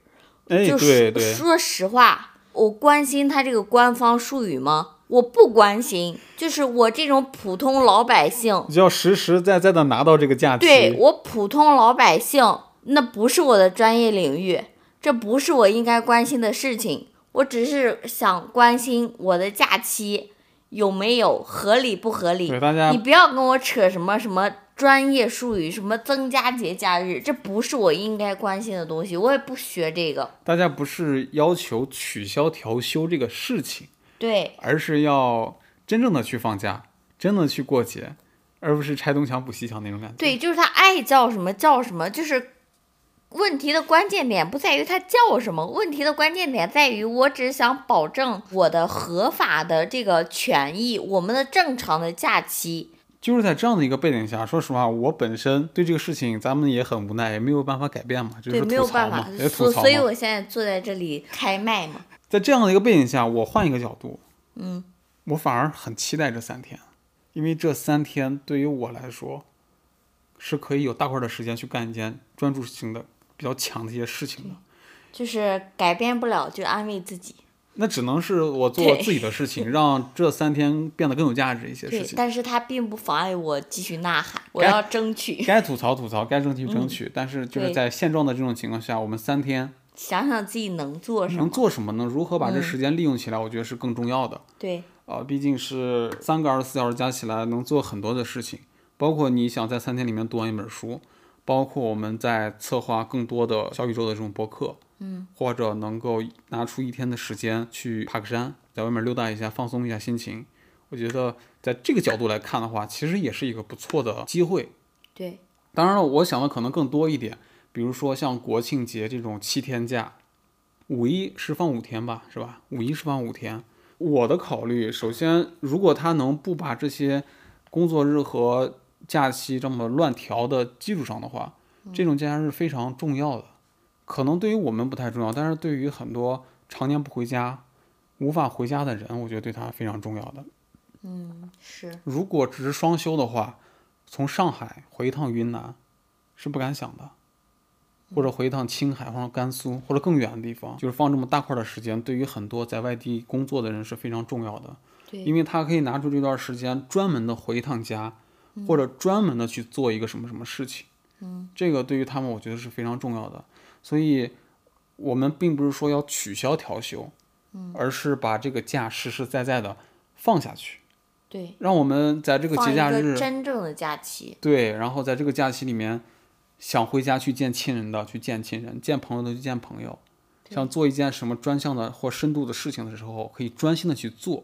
[SPEAKER 1] 哎，对
[SPEAKER 2] 就是
[SPEAKER 1] 对，
[SPEAKER 2] 说实话，我关心他这个官方术语吗？我不关心，就是我这种普通老百姓，
[SPEAKER 1] 就要实实在在的拿到这个假期。
[SPEAKER 2] 对我普通老百姓，那不是我的专业领域，这不是我应该关心的事情。我只是想关心我的假期有没有合理不合理
[SPEAKER 1] 对。大家
[SPEAKER 2] 你不要跟我扯什么什么专业术语，什么增加节假日，这不是我应该关心的东西，我也不学这个。
[SPEAKER 1] 大家不是要求取消调休这个事情，
[SPEAKER 2] 对
[SPEAKER 1] 而是要真正的去放假，真的去过节，而不是拆东墙补西墙那种感觉。
[SPEAKER 2] 对，就是他爱叫什么叫什么，就是问题的关键点不在于它叫什么，问题的关键点在于我只想保证我的合法的这个权益，我们的正常的假期。
[SPEAKER 1] 就是在这样的一个背景下，说实话，我本身对这个事情咱们也很无奈，也没有办法改变嘛，就是
[SPEAKER 2] 对，
[SPEAKER 1] 吐
[SPEAKER 2] 没有
[SPEAKER 1] 槽
[SPEAKER 2] 办法
[SPEAKER 1] 嘛，也，
[SPEAKER 2] 所
[SPEAKER 1] 吐槽
[SPEAKER 2] 所以
[SPEAKER 1] 嘛。
[SPEAKER 2] 我现在坐在这里开麦嘛。
[SPEAKER 1] 在这样的一个背景下，我换一个角度，嗯，我反而很期待这三天，因为这三天对于我来说，是可以有大块的时间去干一件专注性的比较强的一些事情的。
[SPEAKER 2] 就是改变不了，就安慰自己。
[SPEAKER 1] 那只能是我做
[SPEAKER 2] 对
[SPEAKER 1] 自己的事情，让这三天变得更有价值一些
[SPEAKER 2] 对
[SPEAKER 1] 事，情。
[SPEAKER 2] 但是它并不妨碍我继续呐喊，我
[SPEAKER 1] 该
[SPEAKER 2] 要争取。
[SPEAKER 1] 该吐槽吐槽，该争取争取，但是就是
[SPEAKER 2] 嗯对
[SPEAKER 1] 在现状的这种情况下，我们三天
[SPEAKER 2] 想想自己能做什
[SPEAKER 1] 能
[SPEAKER 2] 么。
[SPEAKER 1] 做什么呢？如何把
[SPEAKER 2] 嗯
[SPEAKER 1] 这时间利用起来，我觉得是更重要的。
[SPEAKER 2] 对
[SPEAKER 1] 啊、毕竟是三个二十四小时加起来能做很多的事情，包括你想在三天里面读完一本书，包括我们在策划更多的小宇宙的这种博客，嗯，或者能够拿出一天的时间去爬个山，在外面溜达一下，放松一下心情。我觉得在这个角度来看的话，其实也是一个不错的机会。
[SPEAKER 2] 对，
[SPEAKER 1] 当然了，我想的可能更多一点，比如说像国庆节这种七天假，五一是放五天吧，是吧？五一是放五天。我的考虑，首先，如果他能不把这些工作日和假期这么乱调的基础上的话，这种节假日非常重要的。可能对于我们不太重要，但是对于很多常年不回家、无法回家的人，我觉得对他非常重要的。
[SPEAKER 2] 嗯，是
[SPEAKER 1] 如果只是双休的话，从上海回一趟云南是不敢想的，或者回一趟青海或者甘肃或者更远的地方，就是放这么大块的时间，对于很多在外地工作的人是非常重要的，
[SPEAKER 2] 对，
[SPEAKER 1] 因为他可以拿出这段时间专门的回一趟家，或者专门的去做一个什么什么事情。
[SPEAKER 2] 嗯，
[SPEAKER 1] 这个对于他们我觉得是非常重要的，所以我们并不是说要取消调休，嗯，而是把这个假实实在在的放下去。
[SPEAKER 2] 对，
[SPEAKER 1] 让我们在这个
[SPEAKER 2] 放
[SPEAKER 1] 节
[SPEAKER 2] 一
[SPEAKER 1] 假
[SPEAKER 2] 个
[SPEAKER 1] 日，
[SPEAKER 2] 真正的假期，
[SPEAKER 1] 对，然后在这个假期里面，想回家去见亲人的去见亲人，见朋友的去见朋友，想做一件什么专项的或深度的事情的时候，可以专心的去做，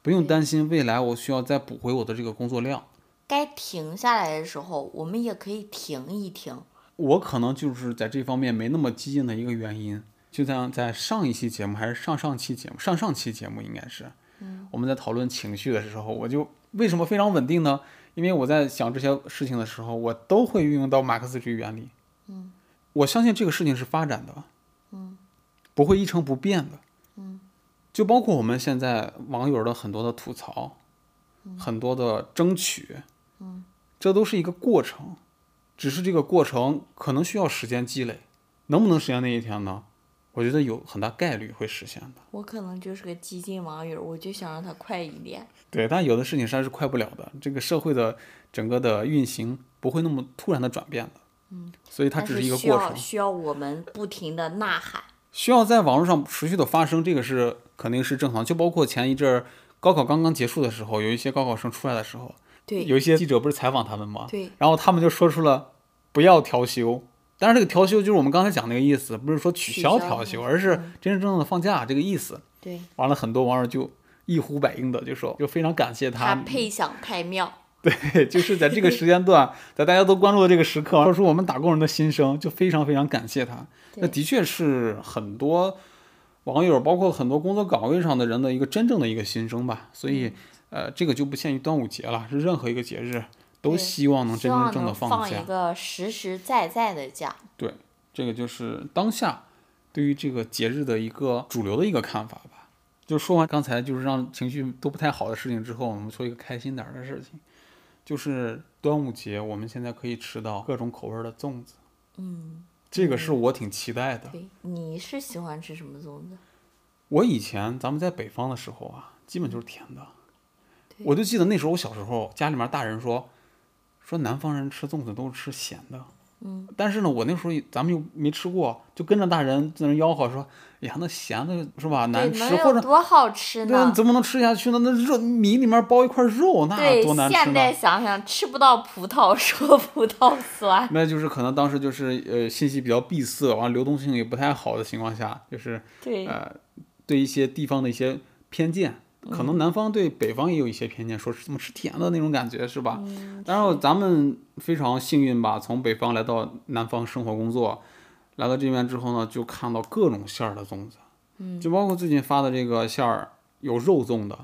[SPEAKER 1] 不用担心未来我需要再补回我的这个工作量。
[SPEAKER 2] 该停下来的时候，我们也可以停一停。
[SPEAKER 1] 我可能就是在这方面没那么激进的一个原因，就像在上一期节目还是上上期节目，上上期节目应该是，我们在讨论情绪的时候，我就为什么非常稳定呢？因为我在想这些事情的时候，我都会运用到马克思主义原理。嗯，我相信这个事情是发展的，嗯，不会一成不变的。嗯，就包括我们现在网友的很多的吐槽，很多的争取，嗯，这都是一个过程。只是这个过程可能需要时间积累，能不能实现那一天呢？我觉得有很大概率会实现的。
[SPEAKER 2] 我可能就是个激进网友，我就想让它快一点。
[SPEAKER 1] 对，但有的事情实在是快不了的，这个社会的整个的运行不会那么突然的转变的。嗯，所以它
[SPEAKER 2] 但
[SPEAKER 1] 只
[SPEAKER 2] 是
[SPEAKER 1] 一个
[SPEAKER 2] 需
[SPEAKER 1] 过
[SPEAKER 2] 要
[SPEAKER 1] 程，
[SPEAKER 2] 需要我们不停的呐喊。
[SPEAKER 1] 需要在网络上持续的发生，这个是肯定是正常。就包括前一阵儿高考刚刚结束的时候，有一些高考生出来的时候，
[SPEAKER 2] 对
[SPEAKER 1] 有一些记者不是采访他们吗？
[SPEAKER 2] 对，
[SPEAKER 1] 然后他们就说出了不要调休，但是这个调休就是我们刚才讲那个意思，不是说取消
[SPEAKER 2] 取消嗯
[SPEAKER 1] 调休，
[SPEAKER 2] 调休
[SPEAKER 1] 而是真真正正的放假这个意思。
[SPEAKER 2] 对，
[SPEAKER 1] 完了，很多网友就一呼百应的就说，就非常感谢
[SPEAKER 2] 他
[SPEAKER 1] 他，
[SPEAKER 2] 配享太妙。
[SPEAKER 1] 对，就是在这个时间段，在大家都关注的这个时刻，说出我们打工人的心声，就非常非常感谢他。那
[SPEAKER 2] 对
[SPEAKER 1] 的确是很多网友，包括很多工作岗位上的人的一个真正的一个心声吧。所以，呃，这个就不限于端午节了，是任何一个节日都
[SPEAKER 2] 嗯对
[SPEAKER 1] 希望能
[SPEAKER 2] 希
[SPEAKER 1] 真
[SPEAKER 2] 望
[SPEAKER 1] 真正
[SPEAKER 2] 能
[SPEAKER 1] 的
[SPEAKER 2] 放
[SPEAKER 1] 假
[SPEAKER 2] 一。个实实在在的假。
[SPEAKER 1] 对，这个就是当下对于这个节日的一个主流的一个看法吧。就说完刚才就是让情绪都不太好的事情之后，我们说一个开心点儿的事情，就是端午节，我们现在可以吃到各种口味儿的粽子，
[SPEAKER 2] 嗯，
[SPEAKER 1] 这个是我挺期待的。
[SPEAKER 2] 对，你是喜欢吃什么粽子？
[SPEAKER 1] 我以前咱们在北方的时候啊，基本就是甜的。
[SPEAKER 2] 对
[SPEAKER 1] 我就记得那时候我小时候，家里面大人说，说南方人吃粽子都是吃咸的。
[SPEAKER 2] 嗯，
[SPEAKER 1] 但是呢，我那时候也咱们又没吃过，就跟着大人在那吆喝说：“哎呀，那咸的是吧，啊难吃
[SPEAKER 2] 对，能，
[SPEAKER 1] 或
[SPEAKER 2] 有
[SPEAKER 1] 者
[SPEAKER 2] 多好吃
[SPEAKER 1] 对啊，
[SPEAKER 2] 呢
[SPEAKER 1] 你？怎么能吃下去呢？那肉米里面包一块肉，那
[SPEAKER 2] 对
[SPEAKER 1] 多，难吃
[SPEAKER 2] 现在
[SPEAKER 1] 呢。”
[SPEAKER 2] 想想，吃不到葡萄 说葡萄酸。
[SPEAKER 1] 那就是可能当时就是呃信息比较闭塞，完了流动性也不太好的情况下，就是
[SPEAKER 2] 对，
[SPEAKER 1] 呃，对一些地方的一些偏见，可能南方对北方也有一些偏见，说是怎么吃甜的那种感觉，是吧？
[SPEAKER 2] 嗯，
[SPEAKER 1] 然后咱们非常幸运吧，从北方来到南方生活工作，来到这边之后呢，就看到各种馅儿的粽子，嗯，就包括最近发的这个馅儿，有肉粽的，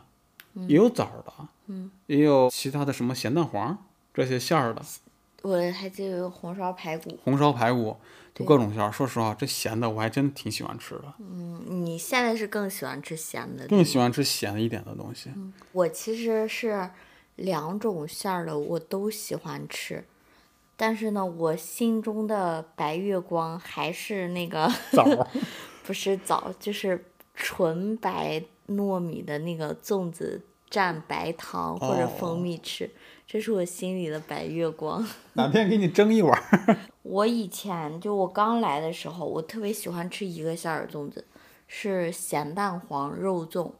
[SPEAKER 1] 也有枣儿的，嗯，也有其他的什么咸蛋黄这些馅儿的，
[SPEAKER 2] 我还记得有红烧排骨。
[SPEAKER 1] 红烧排骨，就
[SPEAKER 2] 对
[SPEAKER 1] 各种馅儿。说实话，这咸的我还真挺喜欢吃的，
[SPEAKER 2] 嗯，你现在是更喜欢吃咸的？
[SPEAKER 1] 更喜欢吃咸一点的东西。
[SPEAKER 2] 我其实是两种馅儿的，我都喜欢吃，但是呢，我心中的白月光还是那个
[SPEAKER 1] 枣儿。
[SPEAKER 2] 不是枣，就是纯白糯米的那个粽子蘸白糖或者
[SPEAKER 1] 哦
[SPEAKER 2] 蜂蜜吃，这是我心里的白月光。
[SPEAKER 1] 哪天给你蒸一碗儿。
[SPEAKER 2] 我以前就我刚来的时候，我特别喜欢吃一个馅儿的粽子，是咸蛋黄肉粽。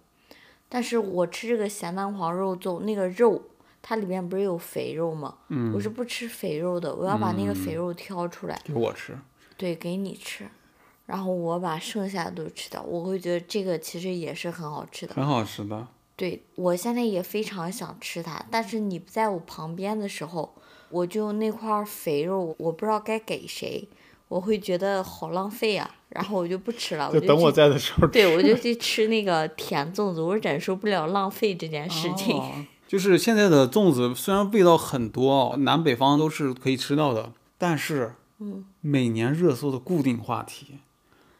[SPEAKER 2] 但是我吃这个咸蛋黄肉粽，那个肉它里面不是有肥肉吗？我是不吃肥肉的，我要把那个肥肉挑出来，
[SPEAKER 1] 给我吃，
[SPEAKER 2] 对，给你吃。然后我把剩下的都吃掉，我会觉得这个其实也是很好吃的。
[SPEAKER 1] 很好吃
[SPEAKER 2] 哦
[SPEAKER 1] 的。
[SPEAKER 2] 对我现在也非常想吃它，但是你不在我旁边的时候，我就那块肥肉，我不知道该给谁，我会觉得好浪费啊，然后我就不吃了，
[SPEAKER 1] 就等我
[SPEAKER 2] 我去
[SPEAKER 1] 在的时候吃。
[SPEAKER 2] 对我就去吃那个甜粽子，我忍受不了浪费这件事情。
[SPEAKER 1] 哦就是现在的粽子虽然味道很多哦，南北方都是可以吃到的，但是，
[SPEAKER 2] 嗯
[SPEAKER 1] 每年热搜的固定话题，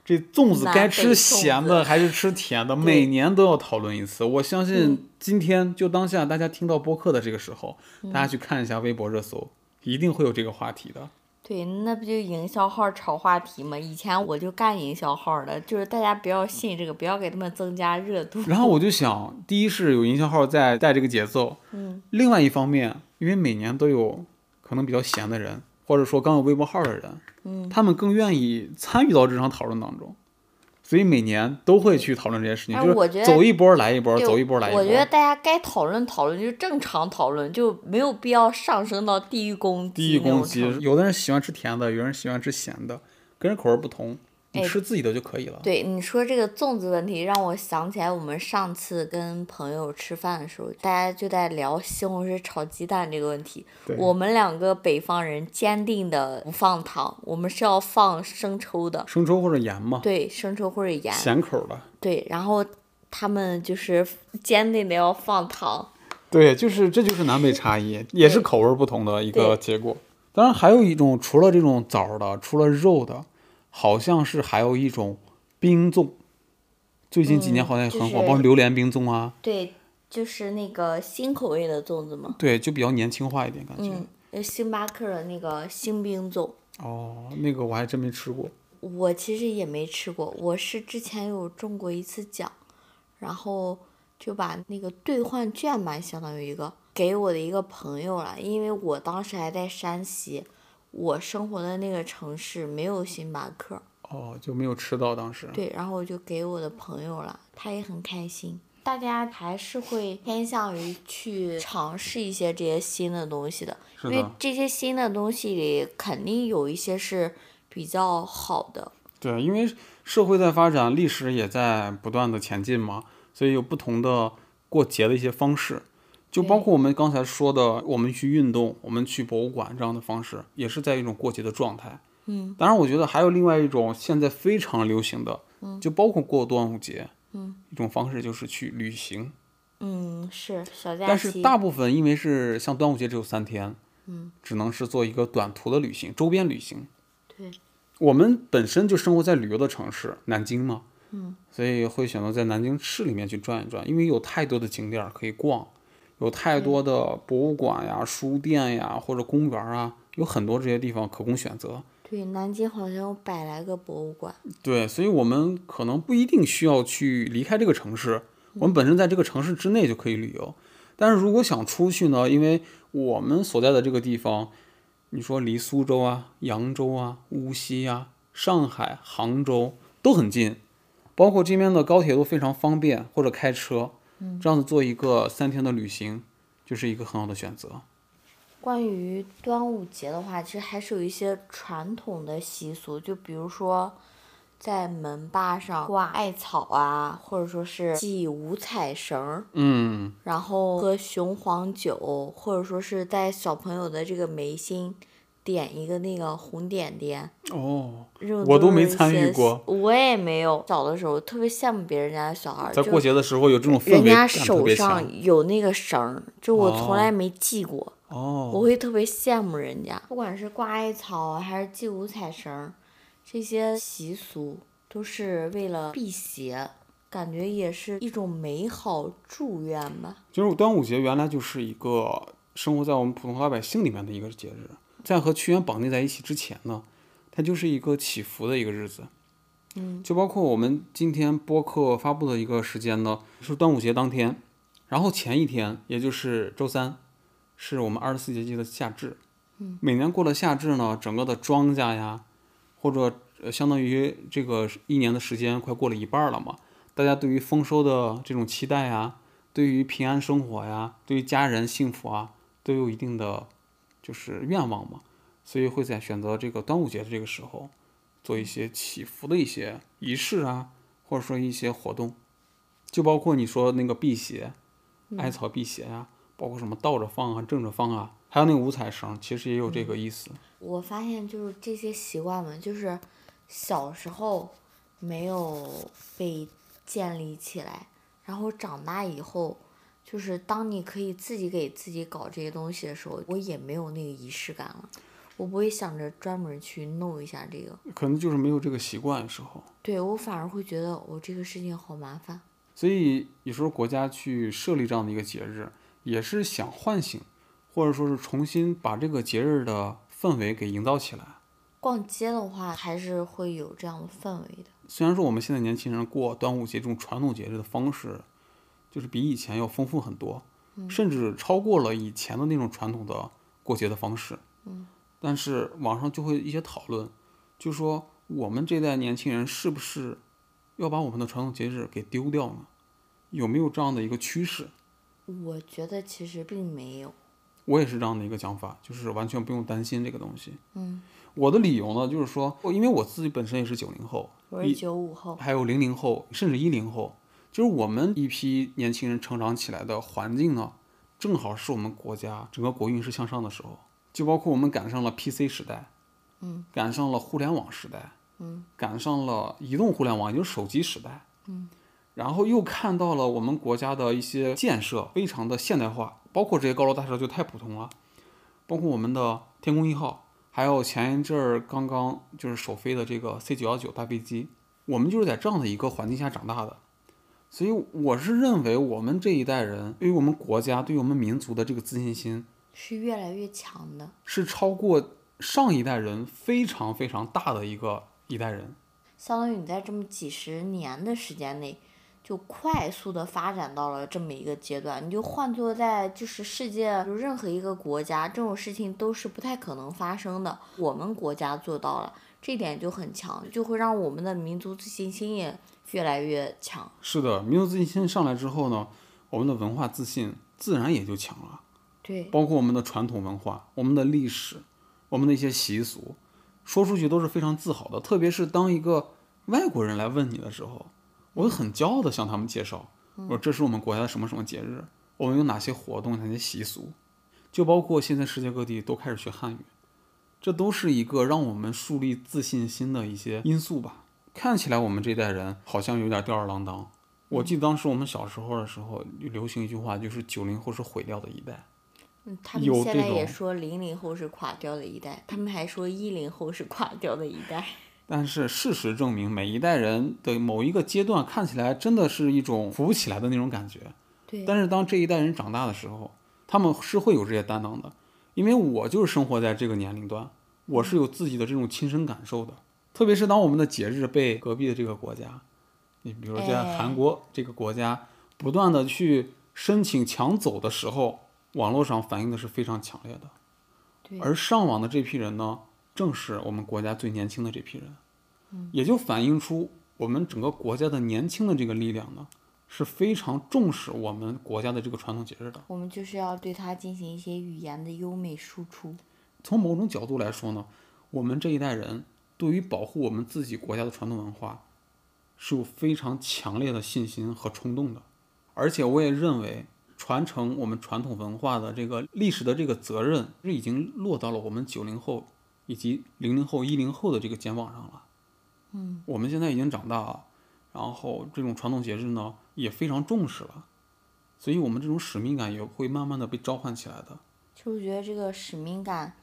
[SPEAKER 1] 这粽子
[SPEAKER 2] 南
[SPEAKER 1] 该
[SPEAKER 2] 北
[SPEAKER 1] 吃
[SPEAKER 2] 粽
[SPEAKER 1] 咸
[SPEAKER 2] 子
[SPEAKER 1] 的还是吃甜的，每年都要讨论一次。我相
[SPEAKER 2] 嗯
[SPEAKER 1] 信今天就当下大家听到播客的这个时候，
[SPEAKER 2] 嗯
[SPEAKER 1] 大家去看一下微博热搜，一定会有这个话题的。
[SPEAKER 2] 对，那不就营销号炒话题吗？以前我就干营销号的，就是大家不要信这个，不要给他们增加热度。
[SPEAKER 1] 然后我就想，第一是有营销号在带这个节奏，嗯，另外一方面，因为每年都有可能比较闲的人，或者说刚有微博号的人，嗯，他们更愿意参与到这场讨论当中，所以每年都会去讨论这些事情，
[SPEAKER 2] 哎我
[SPEAKER 1] 就
[SPEAKER 2] 觉
[SPEAKER 1] 是
[SPEAKER 2] 得
[SPEAKER 1] 走一波来一波，
[SPEAKER 2] 对
[SPEAKER 1] 走一波来一波。
[SPEAKER 2] 我觉得大家该讨论讨论，就正常讨论，就没有必要上升到地域攻
[SPEAKER 1] 地域
[SPEAKER 2] 那种
[SPEAKER 1] 攻击
[SPEAKER 2] 程度，
[SPEAKER 1] 有的人喜欢吃甜的，有人喜欢吃咸的，跟人口味不同，你
[SPEAKER 2] 哎
[SPEAKER 1] 吃自己的就可以了。
[SPEAKER 2] 对你说这个粽子问题，让我想起来我们上次跟朋友吃饭的时候，大家就在聊西红柿炒鸡蛋这个问题。
[SPEAKER 1] 对
[SPEAKER 2] 我们两个北方人坚定的不放糖，我们是要放生抽的，
[SPEAKER 1] 生抽或者盐嘛，
[SPEAKER 2] 对，生抽或者盐，
[SPEAKER 1] 咸口的。
[SPEAKER 2] 对，然后他们就是坚定的要放糖。
[SPEAKER 1] 对，就是这就是南北差异，也是口味不同的一个
[SPEAKER 2] 对
[SPEAKER 1] 结果。当然，还有一种除了这种枣的，除了肉的，好像是还有一种冰粽。最近几年好像也很火，
[SPEAKER 2] 嗯就
[SPEAKER 1] 包括
[SPEAKER 2] 是
[SPEAKER 1] 榴莲冰粽啊，
[SPEAKER 2] 对，就是那个新口味的粽子嘛，
[SPEAKER 1] 对，就比较年轻化一点感觉。
[SPEAKER 2] 嗯，呃星巴克的那个星冰粽。
[SPEAKER 1] 哦，那个我还真没吃过。
[SPEAKER 2] 我其实也没吃过，我是之前有中过一次奖，然后就把那个兑换券吧，相当于一个给我的一个朋友了，因为我当时还在山西，我生活的那个城市没有星巴克，
[SPEAKER 1] 哦，就没有吃到当时。
[SPEAKER 2] 对，然后我就给我的朋友了，他也很开心。大家还是会偏向于去尝试一些这些新的东西的，
[SPEAKER 1] 是
[SPEAKER 2] 因为
[SPEAKER 1] 的，
[SPEAKER 2] 这些新的东西里肯定有一些是比较好的，
[SPEAKER 1] 对，因为社会在发展，历史也在不断的前进嘛，所以有不同的过节的一些方式，就包括我们刚才说的，我们去运动，我们去博物馆这样的方式，也是在一种过节的状态。嗯，当然，我觉得还有另外一种现在非常流行的，就包括过端午节，嗯，一种方式就是去旅行。
[SPEAKER 2] 嗯，是小假
[SPEAKER 1] 但是
[SPEAKER 2] 期，
[SPEAKER 1] 大部分因为是像端午节只有三天，嗯，只能是做一个短途的旅行，周边旅行。
[SPEAKER 2] 对，
[SPEAKER 1] 我们本身就生活在旅游的城市南京嘛，嗯，所以会选择在南京市里面去转一转，因为有太多的景点儿可以逛，有太多的博物馆呀、书店呀或者公园啊，有很多这些地方可供选择。
[SPEAKER 2] 对，南京好像有百来个博物馆。
[SPEAKER 1] 对，所以我们可能不一定需要去离开这个城市，我们本身在这个城市之内就可以旅游。但是如果想出去呢，因为我们所在的这个地方，你说离苏州啊、扬州啊、无锡啊、上海、杭州都很近，包括这边的高铁都非常方便，或者开车，
[SPEAKER 2] 嗯
[SPEAKER 1] 这样子做一个三天的旅行，就是一个很好的选择。
[SPEAKER 2] 关于端午节的话，其实还是有一些传统的习俗，就比如说，在门把上挂艾草啊，或者说是系五彩绳儿，
[SPEAKER 1] 嗯，
[SPEAKER 2] 然后喝雄黄酒，或者说是在小朋友的这个眉心点一个那个红点点。
[SPEAKER 1] 哦，
[SPEAKER 2] 这种
[SPEAKER 1] 我都没
[SPEAKER 2] 是一
[SPEAKER 1] 参与
[SPEAKER 2] 些
[SPEAKER 1] 过，
[SPEAKER 2] 我也没有。小的时候特别羡慕别人家的小孩儿，
[SPEAKER 1] 在
[SPEAKER 2] 就
[SPEAKER 1] 过节的时候有这种氛
[SPEAKER 2] 人
[SPEAKER 1] 围
[SPEAKER 2] 家
[SPEAKER 1] 感特
[SPEAKER 2] 手
[SPEAKER 1] 别强。
[SPEAKER 2] 上有那个绳儿，就我从
[SPEAKER 1] 哦
[SPEAKER 2] 来没系过，我
[SPEAKER 1] 哦，
[SPEAKER 2] 会特别羡慕人家。不管是挂艾草啊还是系五彩绳儿，这些习俗都是为了辟邪，感觉也是一种美好祝愿吧。
[SPEAKER 1] 就是端午节原来就是一个生活在我们普通老百姓里面的一个节日，在和屈原绑定在一起之前呢，它就是一个祈福的一个日子。嗯，就包括我们今天播客发布的一个时间呢，是端午节当天，然后前一天，也就是周三，是我们二十四节气的夏至。嗯，每年过了夏至呢，整个的庄稼呀，或者呃相当于这个一年的时间快过了一半儿了嘛，大家对于丰收的这种期待啊呀，对于平安生活呀，对于家人幸福啊，都有一定的就是愿望嘛，所以会在选择这个端午节的这个时候，做一些祈福的一些仪式啊，或者说一些活动，就包括你说那个辟邪，艾草辟邪啊，包括什么倒着放啊、正着放啊，还有那个五彩绳，其实也有这个意思。
[SPEAKER 2] 我发现就是这些习惯嘛，就是小时候没有被建立起来，然后长大以后，就是当你可以自己给自己搞这些东西的时候，我也没有那个仪式感了，我不会想着专门去弄一下这个，
[SPEAKER 1] 可能就是没有这个习惯的时候。
[SPEAKER 2] 对我反而会觉得我、这个事情好麻烦。
[SPEAKER 1] 所以有时候国家去设立这样的一个节日，也是想唤醒，或者说是重新把这个节日的氛围给营造起来。
[SPEAKER 2] 逛街的话，还是会有这样的氛围的。
[SPEAKER 1] 虽然说我们现在年轻人过端午节这种传统节日的方式，就是比以前要丰富很多，甚至超过了以前的那种传统的过节的方式。但是网上就会一些讨论，就说我们这代年轻人是不是要把我们的传统节日给丢掉呢？有没有这样的一个趋势？
[SPEAKER 2] 我觉得其实并没有。
[SPEAKER 1] 我也是这样的一个讲法，就是完全不用担心这个东西。嗯，我的理由呢，就是说，我因为我自己本身也是九零后，
[SPEAKER 2] 我是九五后，
[SPEAKER 1] 还有零零后，甚至一零后，就是我们一批年轻人成长起来的环境呢，正好是我们国家整个国运是向上的时候，就包括我们赶上了 PC 时代，嗯，赶上了互联网时代，嗯，赶上了移动互联网，也就是手机时代，嗯，然后又看到了我们国家的一些建设非常的现代化，包括这些高楼大厦就太普通了，包括我们的天宫一号。还有前一阵儿刚刚就是首飞的这个 C 九幺九大飞机，我们就是在这样的一个环境下长大的，所以我是认为我们这一代人对于我们国家、对于我们民族的这个自信心，
[SPEAKER 2] 是越来越强的。
[SPEAKER 1] 是超过上一代人非常非常大的一个一代人。
[SPEAKER 2] 相当于你在这么几十年的时间内，就快速的发展到了这么一个阶段。你就换做在就是世界就任何一个国家，这种事情都是不太可能发生的。我们国家做到了，这点就很强，就会让我们的民族自信心也越来越强。
[SPEAKER 1] 是的，民族自信心上来之后呢，我们的文化自信自然也就强了。
[SPEAKER 2] 对，
[SPEAKER 1] 包括我们的传统文化、我们的历史、我们的一些习俗，说出去都是非常自豪的。特别是当一个外国人来问你的时候，我会很骄傲的向他们介绍，我说这是我们国家的什么什么节日，我们有哪些活动、哪些习俗，就包括现在世界各地都开始学汉语，这都是一个让我们树立自信心的一些因素吧。看起来我们这代人好像有点吊儿郎当。我记得当时我们小时候的时候，流行一句话，就是九零后是毁掉的一代。
[SPEAKER 2] 嗯他们
[SPEAKER 1] 有
[SPEAKER 2] 现
[SPEAKER 1] 这
[SPEAKER 2] 在也
[SPEAKER 1] 种
[SPEAKER 2] 说零零后是垮掉的一代，他们还说一零后是垮掉的一代。
[SPEAKER 1] 但是事实证明，每一代人的某一个阶段看起来真的是一种扶不起来的那种感觉。
[SPEAKER 2] 对，
[SPEAKER 1] 但是当这一代人长大的时候，他们是会有这些担当的，因为我就是生活在这个年龄段，我是有自己的这种亲身感受的。特别是当我们的节日被隔壁的这个国家，你比如说在
[SPEAKER 2] 哎
[SPEAKER 1] 韩国这个国家不断的去申请抢走的时候，网络上反应的是非常强烈的。
[SPEAKER 2] 对
[SPEAKER 1] 而上网的这批人呢，正是我们国家最年轻的这批人，
[SPEAKER 2] 嗯
[SPEAKER 1] 也就反映出我们整个国家的年轻的这个力量呢，是非常重视我们国家的这个传统节日的。
[SPEAKER 2] 我们就是要对它进行一些语言的优美输出。
[SPEAKER 1] 从某种角度来说呢，我们这一代人对于保护我们自己国家的传统文化，是有非常强烈的信心和冲动的。而且我也认为，传承我们传统文化的这个历史的这个责任，是已经落到了我们九零后以及零零后、一零后的这个肩膀上了。嗯，我们现在已经长大了，然后这种传统节日呢也非常重视了，所以我们这种使命感也会慢慢的被召唤起来的。
[SPEAKER 2] 其实我觉得这个使命感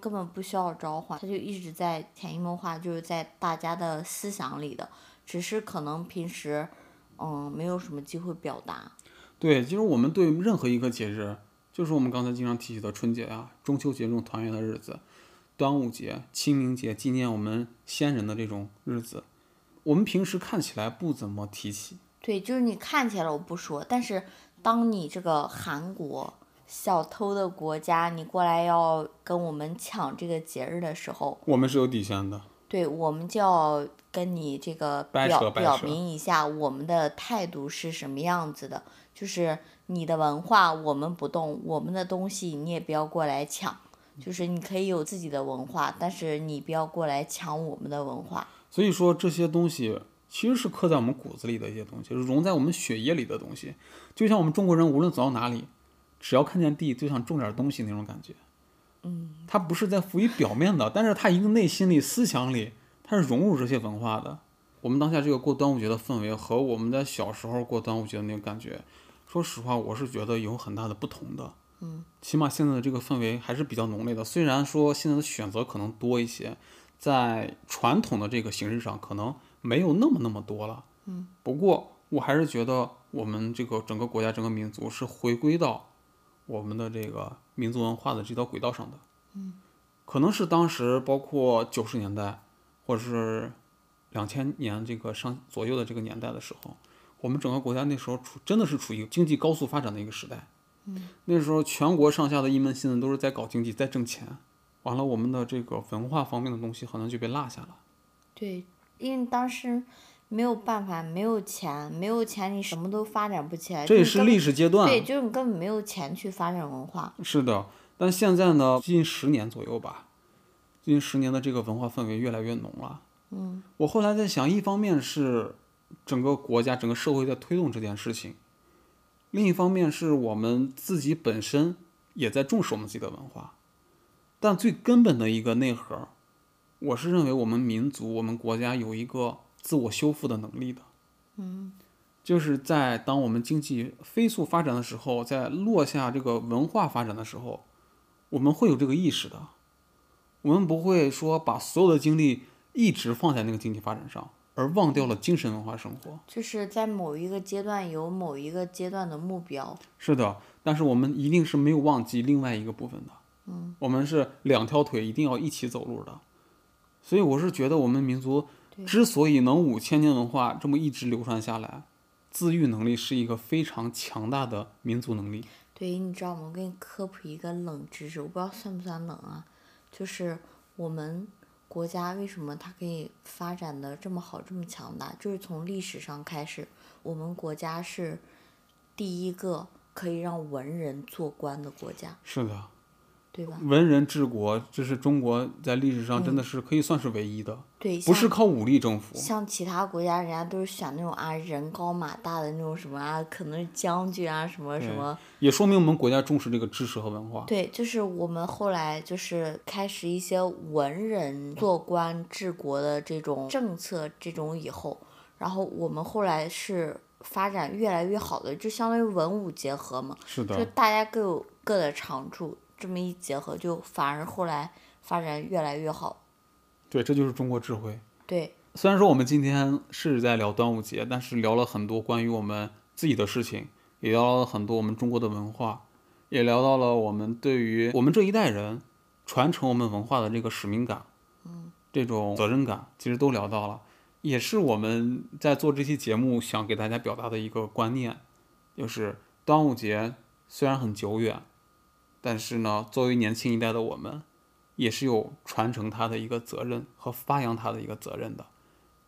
[SPEAKER 2] 根本不需要召唤，它就一直在潜移默化，就是在大家的思想里的，只是可能平时嗯没有什么机会表达。
[SPEAKER 1] 对，就是我们对任何一个节日，就是我们刚才经常提起的春节啊、中秋节这种团圆的日子，端午节、清明节纪念我们先人的这种日子，我们平时看起来不怎么提起。
[SPEAKER 2] 对，就是你看起来我不说，但是当你这个韩国小偷的国家，你过来要跟我们抢这个节日的时候，
[SPEAKER 1] 我们是有底线的，
[SPEAKER 2] 对我们就要跟你这个
[SPEAKER 1] 掰扯
[SPEAKER 2] 表
[SPEAKER 1] 掰
[SPEAKER 2] 表
[SPEAKER 1] 扯
[SPEAKER 2] 明一下我们的态度是什么样子的，就是你的文化我们不动，我们的东西你也不要过来抢，就是你可以有自己的文化，但是你不要过来抢我们的文化。
[SPEAKER 1] 所以说这些东西其实是刻在我们骨子里的一些东西，是融在我们血液里的东西。就像我们中国人无论走到哪里，只要看见地就想种点东西那种感觉。嗯，它不是在浮于表面的，但是它一个内心里、思想里，它是融入这些文化的。我们当下这个过端午节的氛围和我们在小时候过端午节的那个感觉，说实话，我是觉得有很大的不同的。嗯，起码现在的这个氛围还是比较浓烈的。虽然说现在的选择可能多一些，在传统的这个形式上可能没有那么那么多了。嗯，不过我还是觉得我们这个整个国家、整个民族是回归到我们的这个民族文化的这条轨道上的。嗯，可能是当时包括九十年代或者是两千年这个上左右的这个年代的时候，我们整个国家那时候处真的是处于经济高速发展的一个时代。那时候全国上下的一门心思都是在搞经济，在挣钱。完了，我们的这个文化方面的东西好像就被落下了。
[SPEAKER 2] 对，因为当时没有办法，没有钱，没有钱你什么都发展不起来。
[SPEAKER 1] 这
[SPEAKER 2] 就
[SPEAKER 1] 也
[SPEAKER 2] 是
[SPEAKER 1] 是
[SPEAKER 2] 根本
[SPEAKER 1] 历史阶段。
[SPEAKER 2] 对，就是你根本没有钱去发展文化。
[SPEAKER 1] 是的，但现在呢，近十年左右吧，近十年的这个文化氛围越来越浓了。嗯，我后来在想，一方面是整个国家、整个社会在推动这件事情，另一方面是我们自己本身也在重视我们自己的文化。但最根本的一个内核，我是认为我们民族、我们国家有一个自我修复的能力的。就是在当我们经济飞速发展的时候，在落下这个文化发展的时候，我们会有这个意识的。我们不会说把所有的精力一直放在那个经济发展上，而忘掉了精神文化生活。
[SPEAKER 2] 就是在某一个阶段有某一个阶段的目标，
[SPEAKER 1] 是的，但是我们一定是没有忘记另外一个部分的。嗯，我们是两条腿一定要一起走路的。所以我是觉得我们民族之所以能五千年文化这么一直流传下来，自愈能力是一个非常强大的民族能力。
[SPEAKER 2] 对，你知道吗？我给你科普一个冷知识，我不知道算不算冷啊，就是我们国家为什么它可以发展的这么好、这么强大，就是从历史上开始，我们国家是第一个可以让文人做官的国家，
[SPEAKER 1] 是的，
[SPEAKER 2] 对吧？
[SPEAKER 1] 文人治国，这是中国在历史上真的是可以算是唯一的，
[SPEAKER 2] 对，
[SPEAKER 1] 不
[SPEAKER 2] 像
[SPEAKER 1] 是靠武力征服。
[SPEAKER 2] 像其他国家，人家都是选那种啊人高马大的那种什么啊，可能是将军啊什么什
[SPEAKER 1] 对
[SPEAKER 2] 么。
[SPEAKER 1] 也说明我们国家重视这个知识和文化。
[SPEAKER 2] 对，就是我们后来就是开始一些文人做官治国的这种政策，这种以后，然后我们后来是发展越来越好的，就相当于文武结合嘛，
[SPEAKER 1] 是
[SPEAKER 2] 就
[SPEAKER 1] 的，
[SPEAKER 2] 大家各有各的长处，这么一结合，就反而后来发展越来越好。
[SPEAKER 1] 对，这就是中国智慧。
[SPEAKER 2] 对，
[SPEAKER 1] 虽然说我们今天是在聊端午节，但是聊了很多关于我们自己的事情，也聊了很多我们中国的文化，也聊到了我们对于我们这一代人传承我们文化的这个使命感，嗯，这种责任感，其实都聊到了，也是我们在做这期节目想给大家表达的一个观念，就是端午节虽然很久远，但是呢，作为年轻一代的我们，也是有传承它的一个责任和发扬它的一个责任的。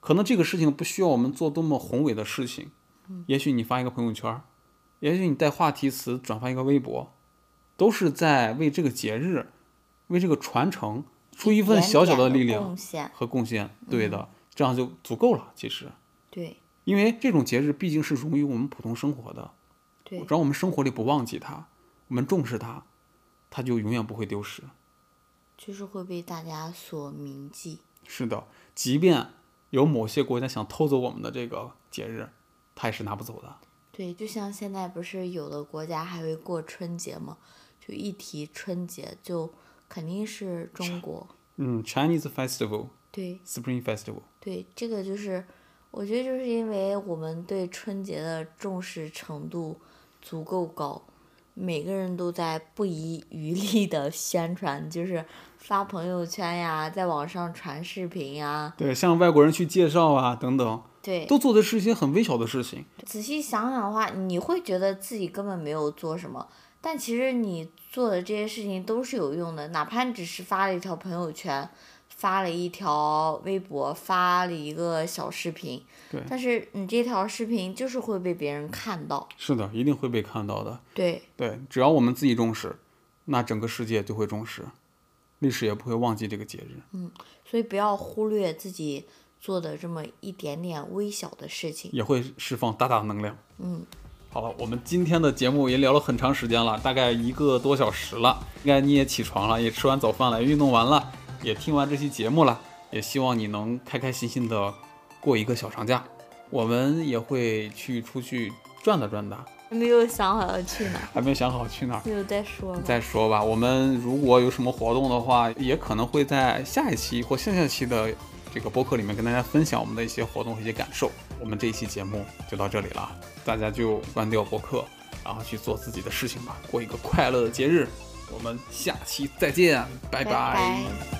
[SPEAKER 1] 可能这个事情不需要我们做多么宏伟的事情，
[SPEAKER 2] 嗯
[SPEAKER 1] 也许你发一个朋友圈儿，也许你带话题词转发一个微博，都是在为这个节日，为这个传承出一份
[SPEAKER 2] 点
[SPEAKER 1] 小小
[SPEAKER 2] 点的
[SPEAKER 1] 力量
[SPEAKER 2] 贡献。嗯
[SPEAKER 1] 和贡献。对的，这样就足够了。其实，
[SPEAKER 2] 对
[SPEAKER 1] 因为这种节日毕竟是融于我们普通生活的，
[SPEAKER 2] 对
[SPEAKER 1] 只要我们生活里不忘记它，我们重视它，它就永远不会丢失。
[SPEAKER 2] 就是会被大家所铭记。
[SPEAKER 1] 是的，即便有某些国家想偷走我们的这个节日，它也是拿不走的。
[SPEAKER 2] 对，就像现在不是有的国家还会过春节嘛，就一提春节就肯定是中国。
[SPEAKER 1] 嗯，Chinese Festival、
[SPEAKER 2] 对
[SPEAKER 1] Spring Festival，
[SPEAKER 2] 对，这个就是，我觉得就是因为我们对春节的重视程度足够高，每个人都在不遗余力的宣传，就是发朋友圈呀，在网上传视频呀，
[SPEAKER 1] 对，向外国人去介绍啊等等，
[SPEAKER 2] 对，
[SPEAKER 1] 都做的是一些很微小的事情。
[SPEAKER 2] 仔细想想的话，你会觉得自己根本没有做什么，但其实你做的这些事情都是有用的，哪怕你只是发了一条朋友圈，发了一条微博，发了一个小视频，
[SPEAKER 1] 对
[SPEAKER 2] 但是你这条视频就是会被别人看到，
[SPEAKER 1] 是的，一定会被看到的。
[SPEAKER 2] 对
[SPEAKER 1] 对，只要我们自己重视，那整个世界就会重视。历史也不会忘记这个节日。
[SPEAKER 2] 所以不要忽略自己做的这么一点点微小的事情。
[SPEAKER 1] 也会释放大大的能量。
[SPEAKER 2] 嗯，
[SPEAKER 1] 好了，我们今天的节目也聊了很长时间了，大概一个多小时了。应该你也起床了，也吃完早饭了，也运动完了，也听完这期节目了。也希望你能开开心心的过一个小长假。我们也会去出去转达转达，
[SPEAKER 2] 还没有想好要去哪儿，
[SPEAKER 1] 还没有想好去哪儿，
[SPEAKER 2] 没有再说吧。
[SPEAKER 1] 再说吧。我们如果有什么活动的话，也可能会在下一期或下下期的这个播客里面跟大家分享我们的一些活动和一些感受。我们这一期节目就到这里了，大家就关掉播客，然后去做自己的事情吧，过一个快乐的节日。我们下期再见，拜
[SPEAKER 2] 拜拜